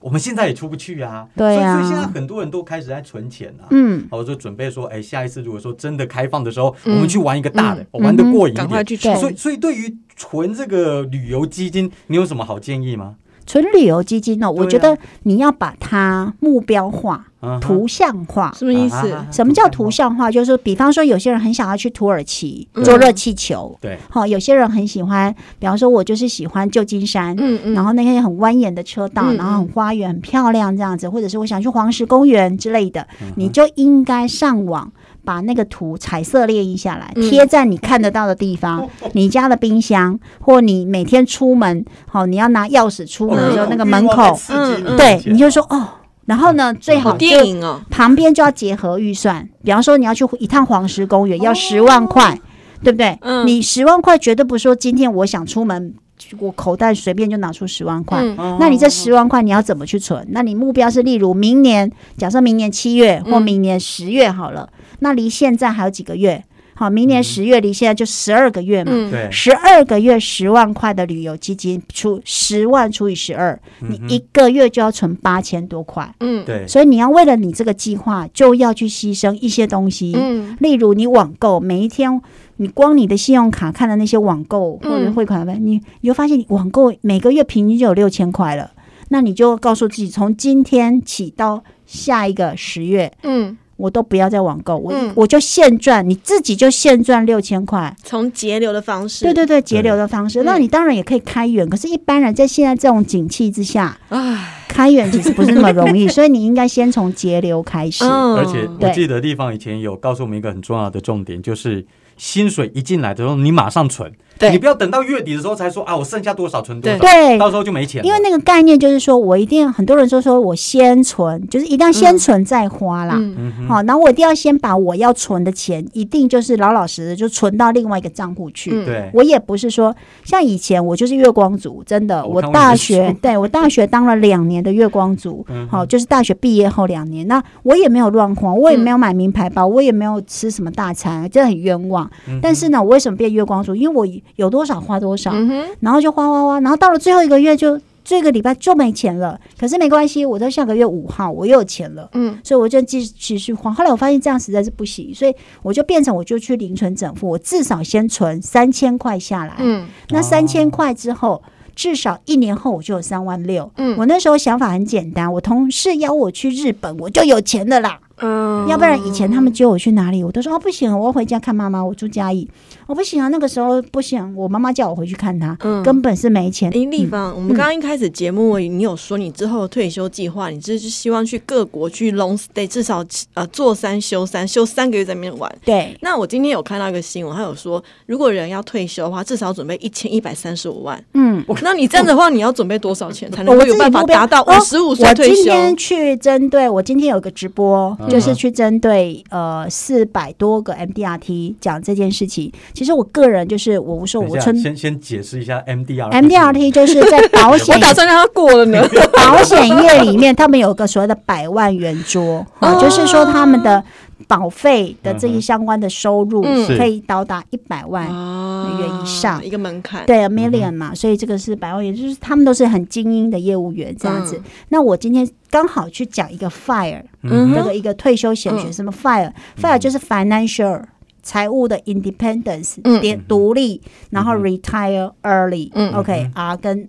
S1: 我们现在也出不去啊，
S3: 对
S1: 所以
S3: 啊
S1: 所以现在很多人都开始在存钱啊。
S3: 嗯，
S1: 然后就准备说，哎，下一次如果说真的开放的时候，
S2: 嗯
S1: 我们去玩一个大的，
S3: 嗯
S1: 玩的过瘾一
S2: 赶快
S1: 点。
S2: 去
S3: 对
S2: 冲
S1: 所以，所以对于存这个旅游基金，你有什么好建议吗？
S3: 纯旅游基金
S1: 对
S3: 哦，
S1: 啊
S3: 我觉得你要把它目标化、
S1: 啊哈
S3: 图像化。
S2: 什么
S1: 啊
S2: 意
S1: 哈
S2: 思？
S3: 什么叫图像化？就是比方说，有些人很想要去土耳其
S2: 嗯
S3: 坐热气球，
S1: 对，
S3: 好、有些人很喜欢，比方说，我就是喜欢旧金山，
S2: 嗯嗯，
S3: 然后那些很蜿蜒的车道，
S2: 嗯
S3: 然后很花园很漂亮这样子，或者是我想去黄石公园之类的，
S1: 嗯哼
S3: 你就应该上网把那个图彩色列印下来，
S2: 嗯
S3: 贴在你看得到的地
S1: 哦
S3: 方，你家的冰箱，或你每天出门，好、你要拿钥匙
S2: 嗯
S3: 出门的时候，
S1: 哦
S3: 嗯那个门口，
S1: 嗯嗯
S3: 对，你就说哦，然后呢，最好就
S2: 好嗯电影哦，
S3: 旁边就要结合预算，比方说你要去一趟黄石公园，要十万块，对不对？
S2: 哦嗯
S3: 你十万块绝对不是说今天我想出门，我口袋随便就拿出十万块。
S2: 嗯
S1: 啊
S3: 那你这十万块你要怎么去存？那你目标是，例如明年，假设明年七月或
S2: 嗯
S3: 明年十月好了，那离现在还有几个月？好，明年十月离现在就十二个月嘛。
S2: 嗯，
S1: 对，
S3: 十二个月十万块的旅游基金，除十万除以十二，你一个月就要存八千多块。
S2: 嗯
S1: 嗯对，
S3: 所以你要为了你这个计划，就要去牺牲一些东西。
S2: 嗯
S3: 例如，你网购每一天，你光你的信用卡看的那些网购或者
S2: 嗯
S3: 汇款费，你你就发现你网购每个月平均就有六千块了。那你就告诉自己，从今天起到下一个十月，
S2: 嗯，
S3: 我都不要再网购，我、
S2: 嗯
S3: 我就现赚，你自己就现赚六千块。
S2: 从节流的方式，
S3: 对对对，节流的方式。
S2: 嗯
S3: 那你当然也可以开源，可是，一般人在现在这种景气之下，
S2: 唉，
S3: 开源其实不是那么容 易，所以你应该先从节流开始。
S2: 嗯，
S1: 而且我
S3: 对
S1: 记得地方以前有告诉我们一个很重要的重点，就是薪水一进来的时候，你马上存，
S2: 对
S1: 你不要等到月底的时候才说啊，我剩下多少存多少，
S3: 对，
S1: 到时候就没钱了。
S3: 因为那个概念就是说，我一定很多人都说我先存，就是一定要先存再花啦。
S2: 嗯，
S1: 嗯哼，
S3: 好，然后我一定要先把我要存的钱，一定就是老老实实就存到另外一个账户去。
S2: 嗯
S1: 对，
S3: 我也不是说像以前我就是月光族，真的，
S1: 我
S3: 我
S1: 看过
S3: 大
S1: 你的书
S3: 学对我大学当了两年的月光族，
S1: 嗯
S3: 好、就是大学毕业后两年，那我也没有乱花，我也
S2: 嗯
S3: 没有买名牌包，我也没有吃什么大餐，真的很冤
S2: 嗯
S3: 枉。
S1: 嗯
S3: 但是呢，我为什么变月光族？因为我有多少花多少，
S2: 嗯哼，
S3: 然后就花花花，然后到了最后一个月就这个礼拜就没钱了。可是没关系，我到下个月五号我又有钱了。
S2: 嗯，
S3: 所以我就继续持续花。后来我发现这样实在是不行，所以我就变成我就去零存整付，我至少先存三千块下来。
S2: 嗯，
S3: 那三千块之后，至少一年后我就有三万六。
S2: 嗯
S3: 我那时候想法很简单，我同事邀我去日本，我就有钱的啦。
S2: 嗯，
S3: 要不然以前他们接我去哪里，我都说哦不行，我要回家看妈妈，我住嘉义，哦不行啊，那个时候不行，我妈妈叫我回去看她，
S2: 嗯
S3: 根本是没钱。嗯
S2: 诶，立方，我们刚刚一开始节目，你有说你之后的退休计划，你就是希望去各国去 long stay，至少呃做三休三，休三个月在那边玩。
S3: 对，
S2: 那我今天有看到一个新闻，他有说，如果人要退休的话，至少准备一千一百三十五万。
S3: 嗯。
S2: 那你这样的话，你要准备多少钱才能
S3: 我
S2: 够
S3: 自
S2: 有
S3: 己
S2: 办法
S3: 目标
S2: 达到
S3: 哦
S2: 五十五岁退
S3: 我今
S2: 休？
S3: 天去针对，我今天有个直播，
S1: 嗯
S3: 就是去针对呃四百多个 MDRT 讲这件事情。其实我个人就是我说
S1: 等一
S3: 我
S1: 下
S3: 村
S1: 先先解释一下 MDR。
S3: MDRT 就是在保险
S2: 我打算让他过了呢。
S3: 保险业里面，他们有一个所谓的百万圆桌，啊，
S2: 哦
S3: 就是说他们的保费的这一相关的收入
S2: 嗯
S1: 是
S3: 可以到达一百万。
S2: 啊
S3: 元以上
S2: 一个门槛。，
S3: 对，a million 嘛，所以这个是百万元，就是他们都是很精英的业务员这样子。
S2: 嗯
S3: 那我今天刚好去讲一个 fire，
S2: 嗯
S3: 这
S2: 哼
S3: 个一个退休险学，
S2: 嗯
S3: 什么 fire，fire、就是 financial 财务的 independence，
S2: 嗯
S3: 别、独立，然后 retire early，OK、
S2: 嗯
S3: OK，啊，跟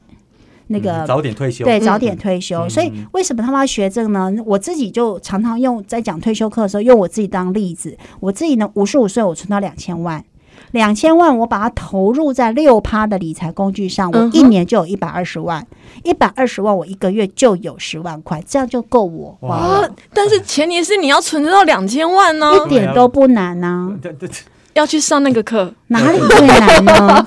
S3: 那个、
S1: 嗯早点退休，
S3: 对早点退休、
S1: 嗯
S3: 所以为什么他们要学这个呢？我自己就常常用在讲退休课的时候，用我自己当例子，我自己呢五十五岁我存到两千万。两千万，我把它投入在六趴的理财工具上，我
S2: 嗯哼
S3: 一年就有一百二十万，一百二十万我一个月就有十万块，这样就够我花
S1: 哇
S3: 了。
S2: 啊，嗯但是前提是你要存得到两千万呢、
S3: 一点都不难呐、
S1: 对对对
S2: 要去上那个课。
S3: 哪里最 难呢？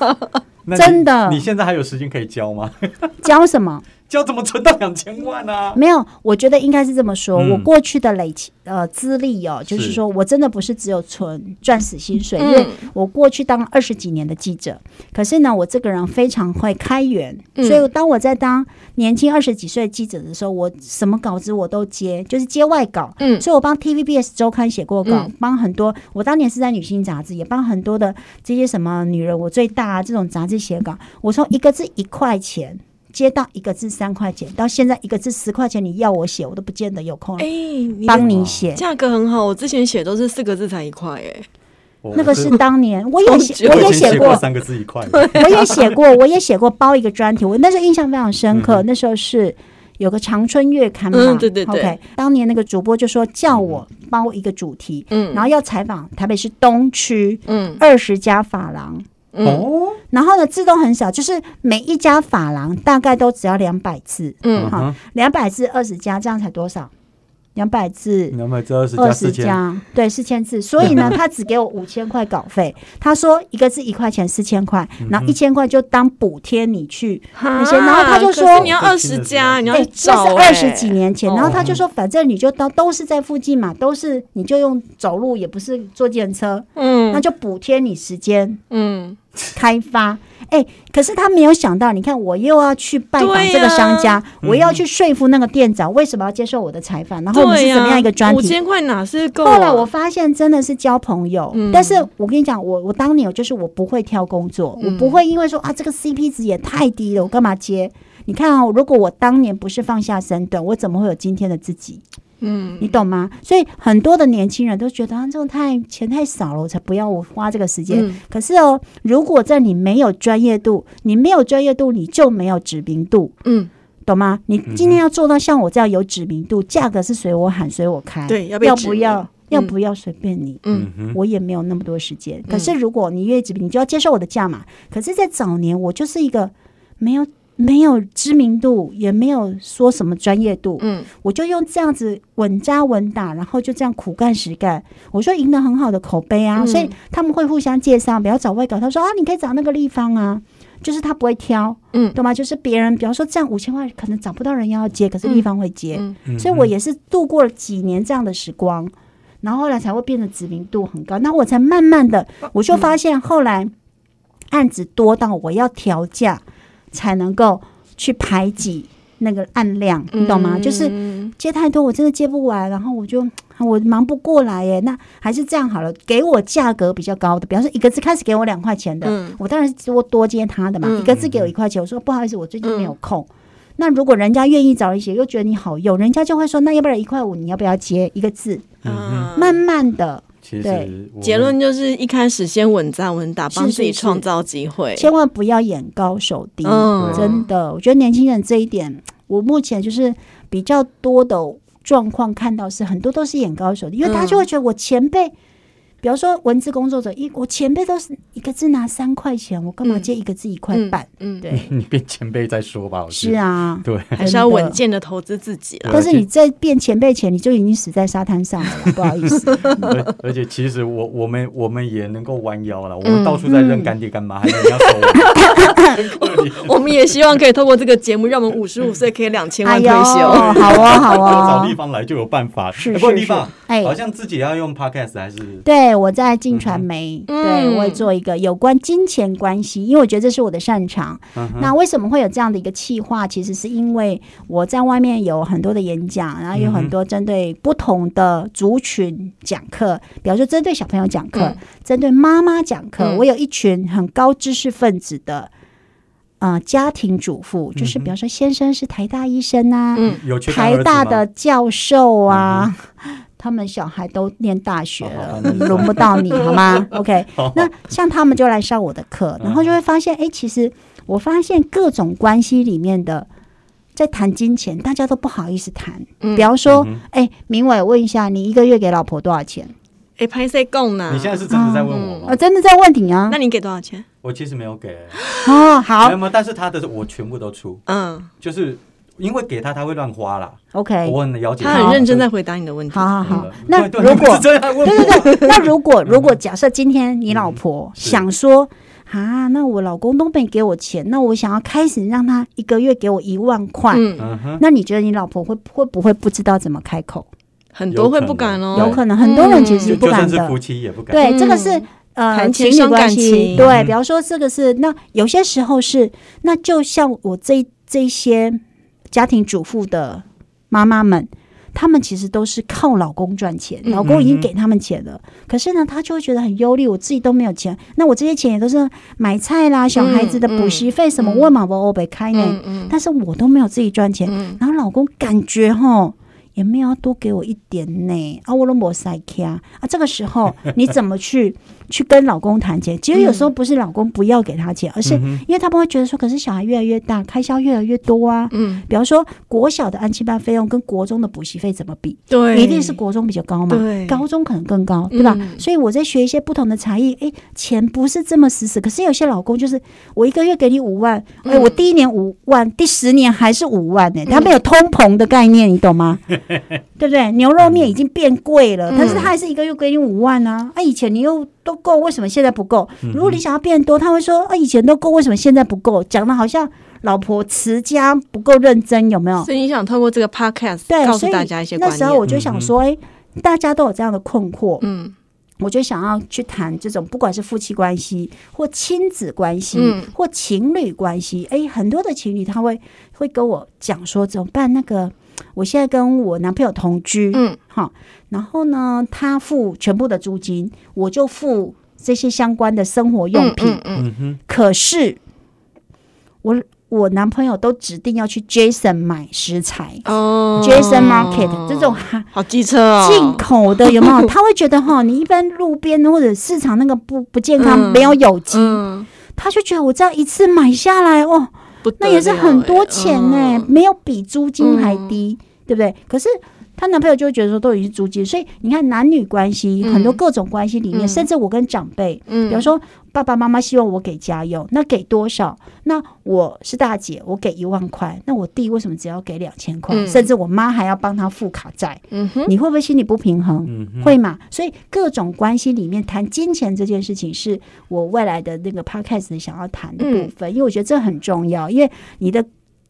S1: 那你
S3: 真的
S1: 你现在还有时间可以教吗？
S3: 教什么？
S1: 教怎么存到两千万啊？
S3: 没有，我觉得应该是这么说。
S1: 嗯
S3: 我过去的累积呃资历哦，就是
S1: 是
S3: 说我真的不是只有存赚死薪水，因为
S2: 嗯
S3: 我过去当了二十几年的记者，可是呢，我这个人非常会开源，
S2: 嗯
S3: 所以当我在当年轻二十几岁的记者的时候，我什么稿子我都接，就是接外稿。
S2: 嗯
S3: 所以我帮 TVBS 周刊写过稿
S2: 嗯，
S3: 帮、很多，我当年是在女性杂志，也帮很多的这些什么女人我最大啊这种杂志写稿。我从一个字一块钱。接到一个字三块钱，到现在一个字十块钱，你要我写，我都不见得有空
S2: 哎、你的
S3: 帮你写。
S2: 价格很好，我之前写都是四个字才一块哎、
S1: 我
S3: 那个是当年我
S2: 我
S3: 也
S2: 是
S3: 写，我
S1: 我以
S3: 也
S1: 前
S3: 写
S1: 写
S3: 过，
S1: 三个字一块，
S3: 我也写过，我也写过包一个专题，我那时候印象非常深刻。那时候是有个长春月刊嘛，
S2: 嗯对对对
S3: OK，当年那个主播就说叫我包一个主题，
S2: 嗯
S3: 然后要采访台北市东区
S2: 嗯
S3: 二十家发廊，
S2: 嗯
S1: 哦，
S3: 然后呢字都很小，就是每一家发廊大概都只要两百字，
S2: 嗯，
S3: 好
S1: 嗯，
S3: 两百字二十家，这样才多少？两百字。
S1: 两百这二十
S3: 二
S1: 加
S3: 十
S1: 四千，
S3: 家，对，四千字，所以 呢，他只给我五千块稿费。他说一个字一块钱，四千块，
S1: 嗯
S3: 然后一千块就当补贴你去
S2: 那
S3: 些然后他就说
S2: 你要二十家，你要
S3: 对，
S2: 去
S3: 这
S2: 找、
S3: 是
S2: 哎
S3: 二十几年前，
S2: 哦
S3: 然后他就说，反正你就到都是在附近嘛，都是你就用走路，也不是坐电车，那
S2: 嗯
S3: 就补贴你时间
S2: 嗯，
S3: 开发。哎，可是他没有想到，你看我又要去拜访
S2: 对呀
S3: 这个商家，
S1: 嗯
S3: 我又要去说服那个店长为什么要接受我的采访，然后我们是
S2: 对呀
S3: 怎么样一个专
S2: 五
S3: 题。
S2: 千块哪是够、啊？
S3: 后来我发现真的是交朋友，
S2: 嗯
S3: 但是我跟你讲，我我当年我就是我不会挑工作，
S2: 嗯
S3: 我不会因为说啊这个 CP 值也太低了，我干嘛接？你看哦，如果我当年不是放下身段，我怎么会有今天的自己？
S2: 嗯
S3: 你懂吗？所以很多的年轻人都觉得啊，这种太钱太少了，我才不要我花这个时间。
S2: 嗯
S3: 可是哦，如果在你没有专业度，你没有专业度，你就没有知名度，
S2: 嗯，
S3: 懂吗？你今天要做到像我这样有知名度，价格是随我喊随我开，
S2: 对要
S3: 要
S2: 被指
S3: 不要
S2: 名？
S3: 要不要随便你。
S2: 嗯
S1: 哼，
S3: 我也没有那么多时间。可是如果你愿意指名，你就要接受我的价码。可是，在早年，我就是一个没有没有知名度，也没有说什么专业度，
S2: 嗯，
S3: 我就用这样子稳扎稳打，然后就这样苦干实干。我说赢得很好的口碑啊，
S2: 嗯
S3: 所以他们会互相介绍，不要找外搞。他说啊，你可以找那个立方啊，就是他不会挑，
S2: 嗯
S3: 懂吗？就是别人，比方说这样五千块可能找不到人要接，可是立方会接，
S2: 嗯
S1: 嗯
S3: 所以我也是度过了几年这样的时光，然后后来才会变得知名度很高。那我才慢慢的，我就发现后来案子多到我要调价才能够去排挤那个案量，你懂吗？就是
S2: 嗯
S3: 接太多，我真的接不完，然后我就我忙不过来耶。那还是这样好了，给我价格比较高的，比方说一个字开始给我两块钱的，
S2: 嗯
S3: 我当然是多多接他的嘛。
S2: 嗯
S3: 一个字给我一块钱，我说不好意思，我最近没有空。那如果人家愿意早一些，又觉得你好用，人家就会说，那要不然一块五，你要不要接一个字？
S1: 嗯
S3: 慢慢的，
S1: 其
S3: 对
S1: 实我
S2: 结论就是一开始先稳扎稳打，
S3: 是
S2: 帮自己
S3: 是是
S2: 创造机会。
S3: 千万不要眼高手低，
S2: 嗯
S3: 真的。我觉得年轻人这一点，我目前就是比较多的状况看到是很多都是眼高手低，因为他
S2: 嗯
S3: 就会觉得我前辈，比方说文字工作者，一我前辈都是一个字拿三块钱，我干嘛
S2: 嗯
S3: 借一个字一块半？
S2: 嗯，嗯，
S3: 对，
S1: 你变前辈再说吧，我觉
S3: 是
S1: 得，
S3: 啊。
S1: 对，
S2: 还是要稳健的投资自 己了。
S3: 但是你在变前辈前，你就已经死在沙滩上了啦，不好意思。
S1: 而而且其实我我们我们也能够弯腰了，我
S2: 嗯
S1: 们到处在认干爹干妈，还有人要收
S3: 嗯
S1: 我们。
S2: 我们也希望可以透过这个节目，让我们五十五岁可以两 千
S3: 哎
S2: 万退
S3: 呦，
S2: 休。
S3: 好哦，好
S1: 找
S3: 哦
S1: 地，方来就有办法。
S3: 是
S1: 哎不过
S3: 是
S1: 地
S3: 是
S1: 方，
S3: 哎
S1: 好像自己要用 podcast 还是
S3: 对，我在进传媒，
S2: 嗯
S3: 对我也做一个有关金钱关系，因为我觉得这是我的擅长。
S1: 嗯哼
S3: 那为什么会有这样的一个企划？其实是因为我在外面有很多的演讲，然后有
S1: 嗯
S3: 很
S1: 哼
S3: 多针对不同的族群讲课，比方说针对小朋友讲课，
S2: 嗯
S3: 针对妈妈讲课。
S2: 嗯
S3: 我有一群很高知识分子的。呃，家庭主妇
S1: 嗯
S3: 就是，比方说先生是台大医生啊，
S2: 嗯
S1: 有缺干儿
S3: 台
S1: 子
S3: 大
S1: 吗
S3: 的教授啊， 他们小孩都念大学
S1: 好
S3: 了
S1: 哦好那，就
S3: 轮不到你好吗？OK，
S1: 好
S3: 那像他们就来上我的课，
S1: 嗯
S3: 然后就会发现，哎，其实我发现各种关系里面的。在谈金钱，大家都不好意思谈。
S2: 嗯
S3: 比方说
S1: 嗯哼，
S3: 哎、明伟，问一下，你一个月给老婆多少钱？
S2: 哎，拍谁供呢？
S1: 你现在是真的在问我
S3: 我、
S1: 吗？
S3: 真的在问你啊
S2: 那！你给多少钱？
S1: 我其实没有给，
S3: 哦，好
S1: 没有，没有但是他的我全部都出，
S2: 嗯，
S1: 就是因为给他他会乱花啦。
S3: ，OK，
S1: 我很了解，
S2: 他很认真在回答你的问题。
S3: 好啊好好
S1: 对。
S3: 那
S1: 对
S3: 如
S1: 你不
S3: 果
S1: 是真的在问我，
S3: 对对对，那如果如果假设今天你老婆
S1: 嗯是
S3: 想说啊，那我老公都没给我钱，那我想要开始让他一个月给我一万块，
S2: 嗯，
S1: 嗯哼，
S3: 那你觉得你老婆会会不会不知道怎么开口？
S2: 很多会不敢哦，
S3: 有可能很多人其实
S1: 就是
S3: 不
S1: 嗯就
S3: 敢
S1: 算是夫
S3: 的，
S1: 妻也不敢。
S3: 对，
S2: 嗯
S3: 这个是。呃，
S2: 谈
S3: 情
S2: 钱
S3: 侣
S2: 伤感
S3: 关系
S2: 情
S3: 对，比方说这个是那有些时候是，那就像我这这些家庭主妇的妈妈们，她们其实都是靠老公赚钱，
S2: 嗯
S3: 老公
S1: 嗯
S3: 已经
S1: 哼
S3: 给他们钱了，可是呢，她就会觉得很忧虑，我自己都没有钱，那我这些钱也都是买菜啦、小孩子的补习费什么，
S2: 嗯
S3: 我嘛不我被开呢，
S2: 嗯嗯
S3: 但是我都没有自己赚钱，
S2: 嗯，
S3: 然后老公感觉吼也没有要多给我一点呢，啊，我都没塞卡啊。这个时 候你怎么去去跟老公谈钱？其实有时候不是老公不要给他钱，而是
S1: 嗯哼
S3: 因为他们会觉得说，可是小孩越来越大，开销越来越多啊。
S2: 嗯，
S3: 比方说国小的安亲班费用跟国中的补习费怎么比？
S2: 对，
S3: 一定是国中比较高嘛
S2: 对，
S3: 高中可能更高，对吧？
S2: 嗯
S3: 所以我在学一些不同的才艺，诶，钱不是这么死死，可是有些老公就是我一个月给你五万，诶，
S2: 嗯
S3: 我第一年五万，第十年还是五万呢、他没有通膨的概念，你懂 吗？对不对？牛肉面已经变贵了，
S2: 嗯
S3: 但是他还是一个月给你五万啊，啊，以前你又都够，为什么现在不够？
S2: 嗯
S3: 如果你想要变多，他会说啊，以前都够，为什么现在不够？讲的好像老婆持家不够认真，有没有？
S2: 所以你想透过这个 podcast
S3: 对，
S2: 告
S3: 所
S2: 诉
S3: 以
S2: 大家一些观
S3: 那
S2: 念。
S3: 时候我就想说，哎、大家都有这样的困惑，
S2: 嗯
S3: 我就想要去谈这种，不管是夫妻关系，或亲子关系，
S2: 嗯
S3: 或情侣关系。哎、很多的情侣他会会跟我讲说，怎么办？那个我现在跟我男朋友同居，
S2: 嗯
S3: 好，然后呢，他付全部的租金，我就付这些相关的生活用品。
S2: 嗯嗯
S1: 嗯哼，
S3: 可是我我男朋友都指定要去 Jason 买食材。
S2: 嗯哦
S3: Jason Market 这种哈
S2: 好机车哦，
S3: 进口的有没有？他会觉得哈，你一般路边或者市场那个不不健康，
S2: 嗯
S3: 没有有机，
S2: 嗯，啊
S3: 他就觉得我这样一次买下来哦，
S2: 不得
S3: 那
S2: 了欸
S3: 也是很多钱呢、
S2: 哎嗯嗯
S3: 没有比租金还低，对不对？可是她男朋友就会觉得说都已经租金，所以你看男女关系、
S2: 嗯
S3: 很多各种关系里面，
S2: 嗯
S3: 甚至我跟长辈，
S2: 嗯，
S3: 比方说爸爸妈妈希望我给家用，那给多少？那我是大姐，我给一万块，那我弟为什么只要给两千块？
S2: 嗯
S3: 甚至我妈还要帮他付卡债，
S2: 嗯哼，
S3: 你会不会心里不平衡？
S1: 嗯哼，
S3: 会嘛？所以各种关系里面谈金钱这件事情，是我未来的那个 podcast 想要谈的部分，因为我觉得这很重要，因为你的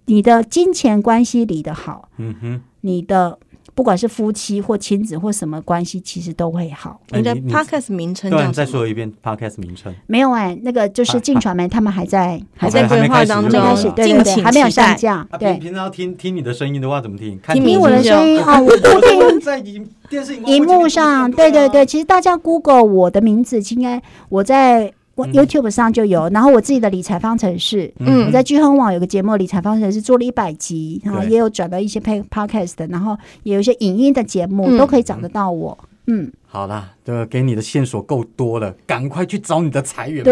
S3: 你的金钱关系理得好，
S1: 嗯哼，
S3: 你的不管是夫妻或亲子或什么关系，其实都会好。
S1: 哎
S2: 你的
S1: 你你
S2: podcast 名称
S1: 对，你
S2: 叫什
S1: 再
S2: 么？
S1: 说一遍 podcast 名称。
S3: 没有哎、那个就是进传媒他们还在
S2: 还
S1: 好
S2: 在
S1: 还没
S2: 规
S1: 开
S2: 划
S1: 始
S2: 当
S1: 是
S3: 没
S1: 吧
S3: 开
S2: 中
S3: 始，
S1: 啊，
S3: 对
S2: 敬
S3: 对
S2: 请
S3: 对，
S2: 期
S3: 还没有上
S2: 待。
S3: 架
S1: 啊，，平
S3: 对。
S1: 平常听听你的声音的话，怎么听？看
S2: 听
S1: 你
S2: 你
S3: 听我的
S2: 就
S3: 声音哦，我固定
S1: 我在荧电视荧光
S3: 荧幕上，对对对，
S1: 对，
S3: 其实大家 Google 我的名字，应该我在我
S1: 嗯
S3: YouTube 上就有，然后我自己的理财方程式。
S2: 嗯
S3: 我在聚亨网有个节目《理财方程式》，做了一百集，然后
S1: 对
S3: 也有转到一些 pay- podcast 的，然后也有一些影音的节目，
S2: 嗯
S3: 都可以找得到我。嗯，
S1: 好啦，这个给你的线索够多了，赶快去找你的财源吧，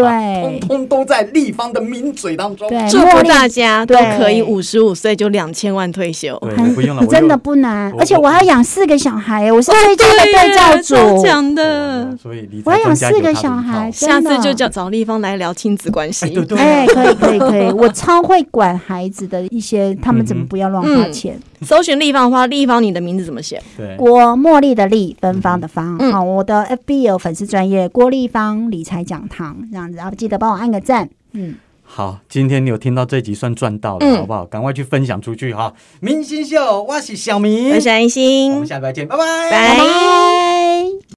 S1: 通
S3: 对
S1: 通都在立方的名嘴当中。
S3: 哎对，
S2: 祝
S3: 哎茉
S2: 福
S3: 莉
S2: 大家都
S3: 对
S2: 可以五十五岁就两千万退休。
S1: 对，不用了，我
S3: 真的
S1: 又
S3: 不难，
S1: 我哦
S3: 而且我还要养四个小孩，我是最佳的
S2: 对耶
S3: 对照
S2: 超
S3: 组。
S2: 强
S1: 对
S2: 的，
S1: 所以理
S3: 我
S1: 财
S3: 还
S1: 专
S3: 养
S1: 家
S3: 四
S1: 有他
S3: 个
S1: 的
S3: 小
S1: 一套
S3: 孩，
S2: 下
S3: 真的
S2: 次就叫找立方来聊亲子关系
S1: 哎，。对对，
S3: 哎，可以可以可 以，我超会管孩子的一些，他们怎
S1: 嗯
S3: 么
S1: 哼
S3: 不要乱花
S2: 嗯
S3: 钱。
S2: 搜寻立方的话，立方你的名字怎么写？
S1: 对，
S3: 郭茉莉的莉，芬芳的芳。
S2: 嗯
S3: 好，我的 FB 有粉丝专业郭丽芳理财讲堂这样子，啊，记得帮我按个赞。嗯，
S1: 好，今天你有听到这集算赚到了，
S2: 嗯
S1: 好不好？赶快去分享出去哈！明星秀，我是小明，
S2: 我是安
S1: 我
S2: 心
S1: 们，下礼拜见，拜拜，
S2: 拜
S3: 拜。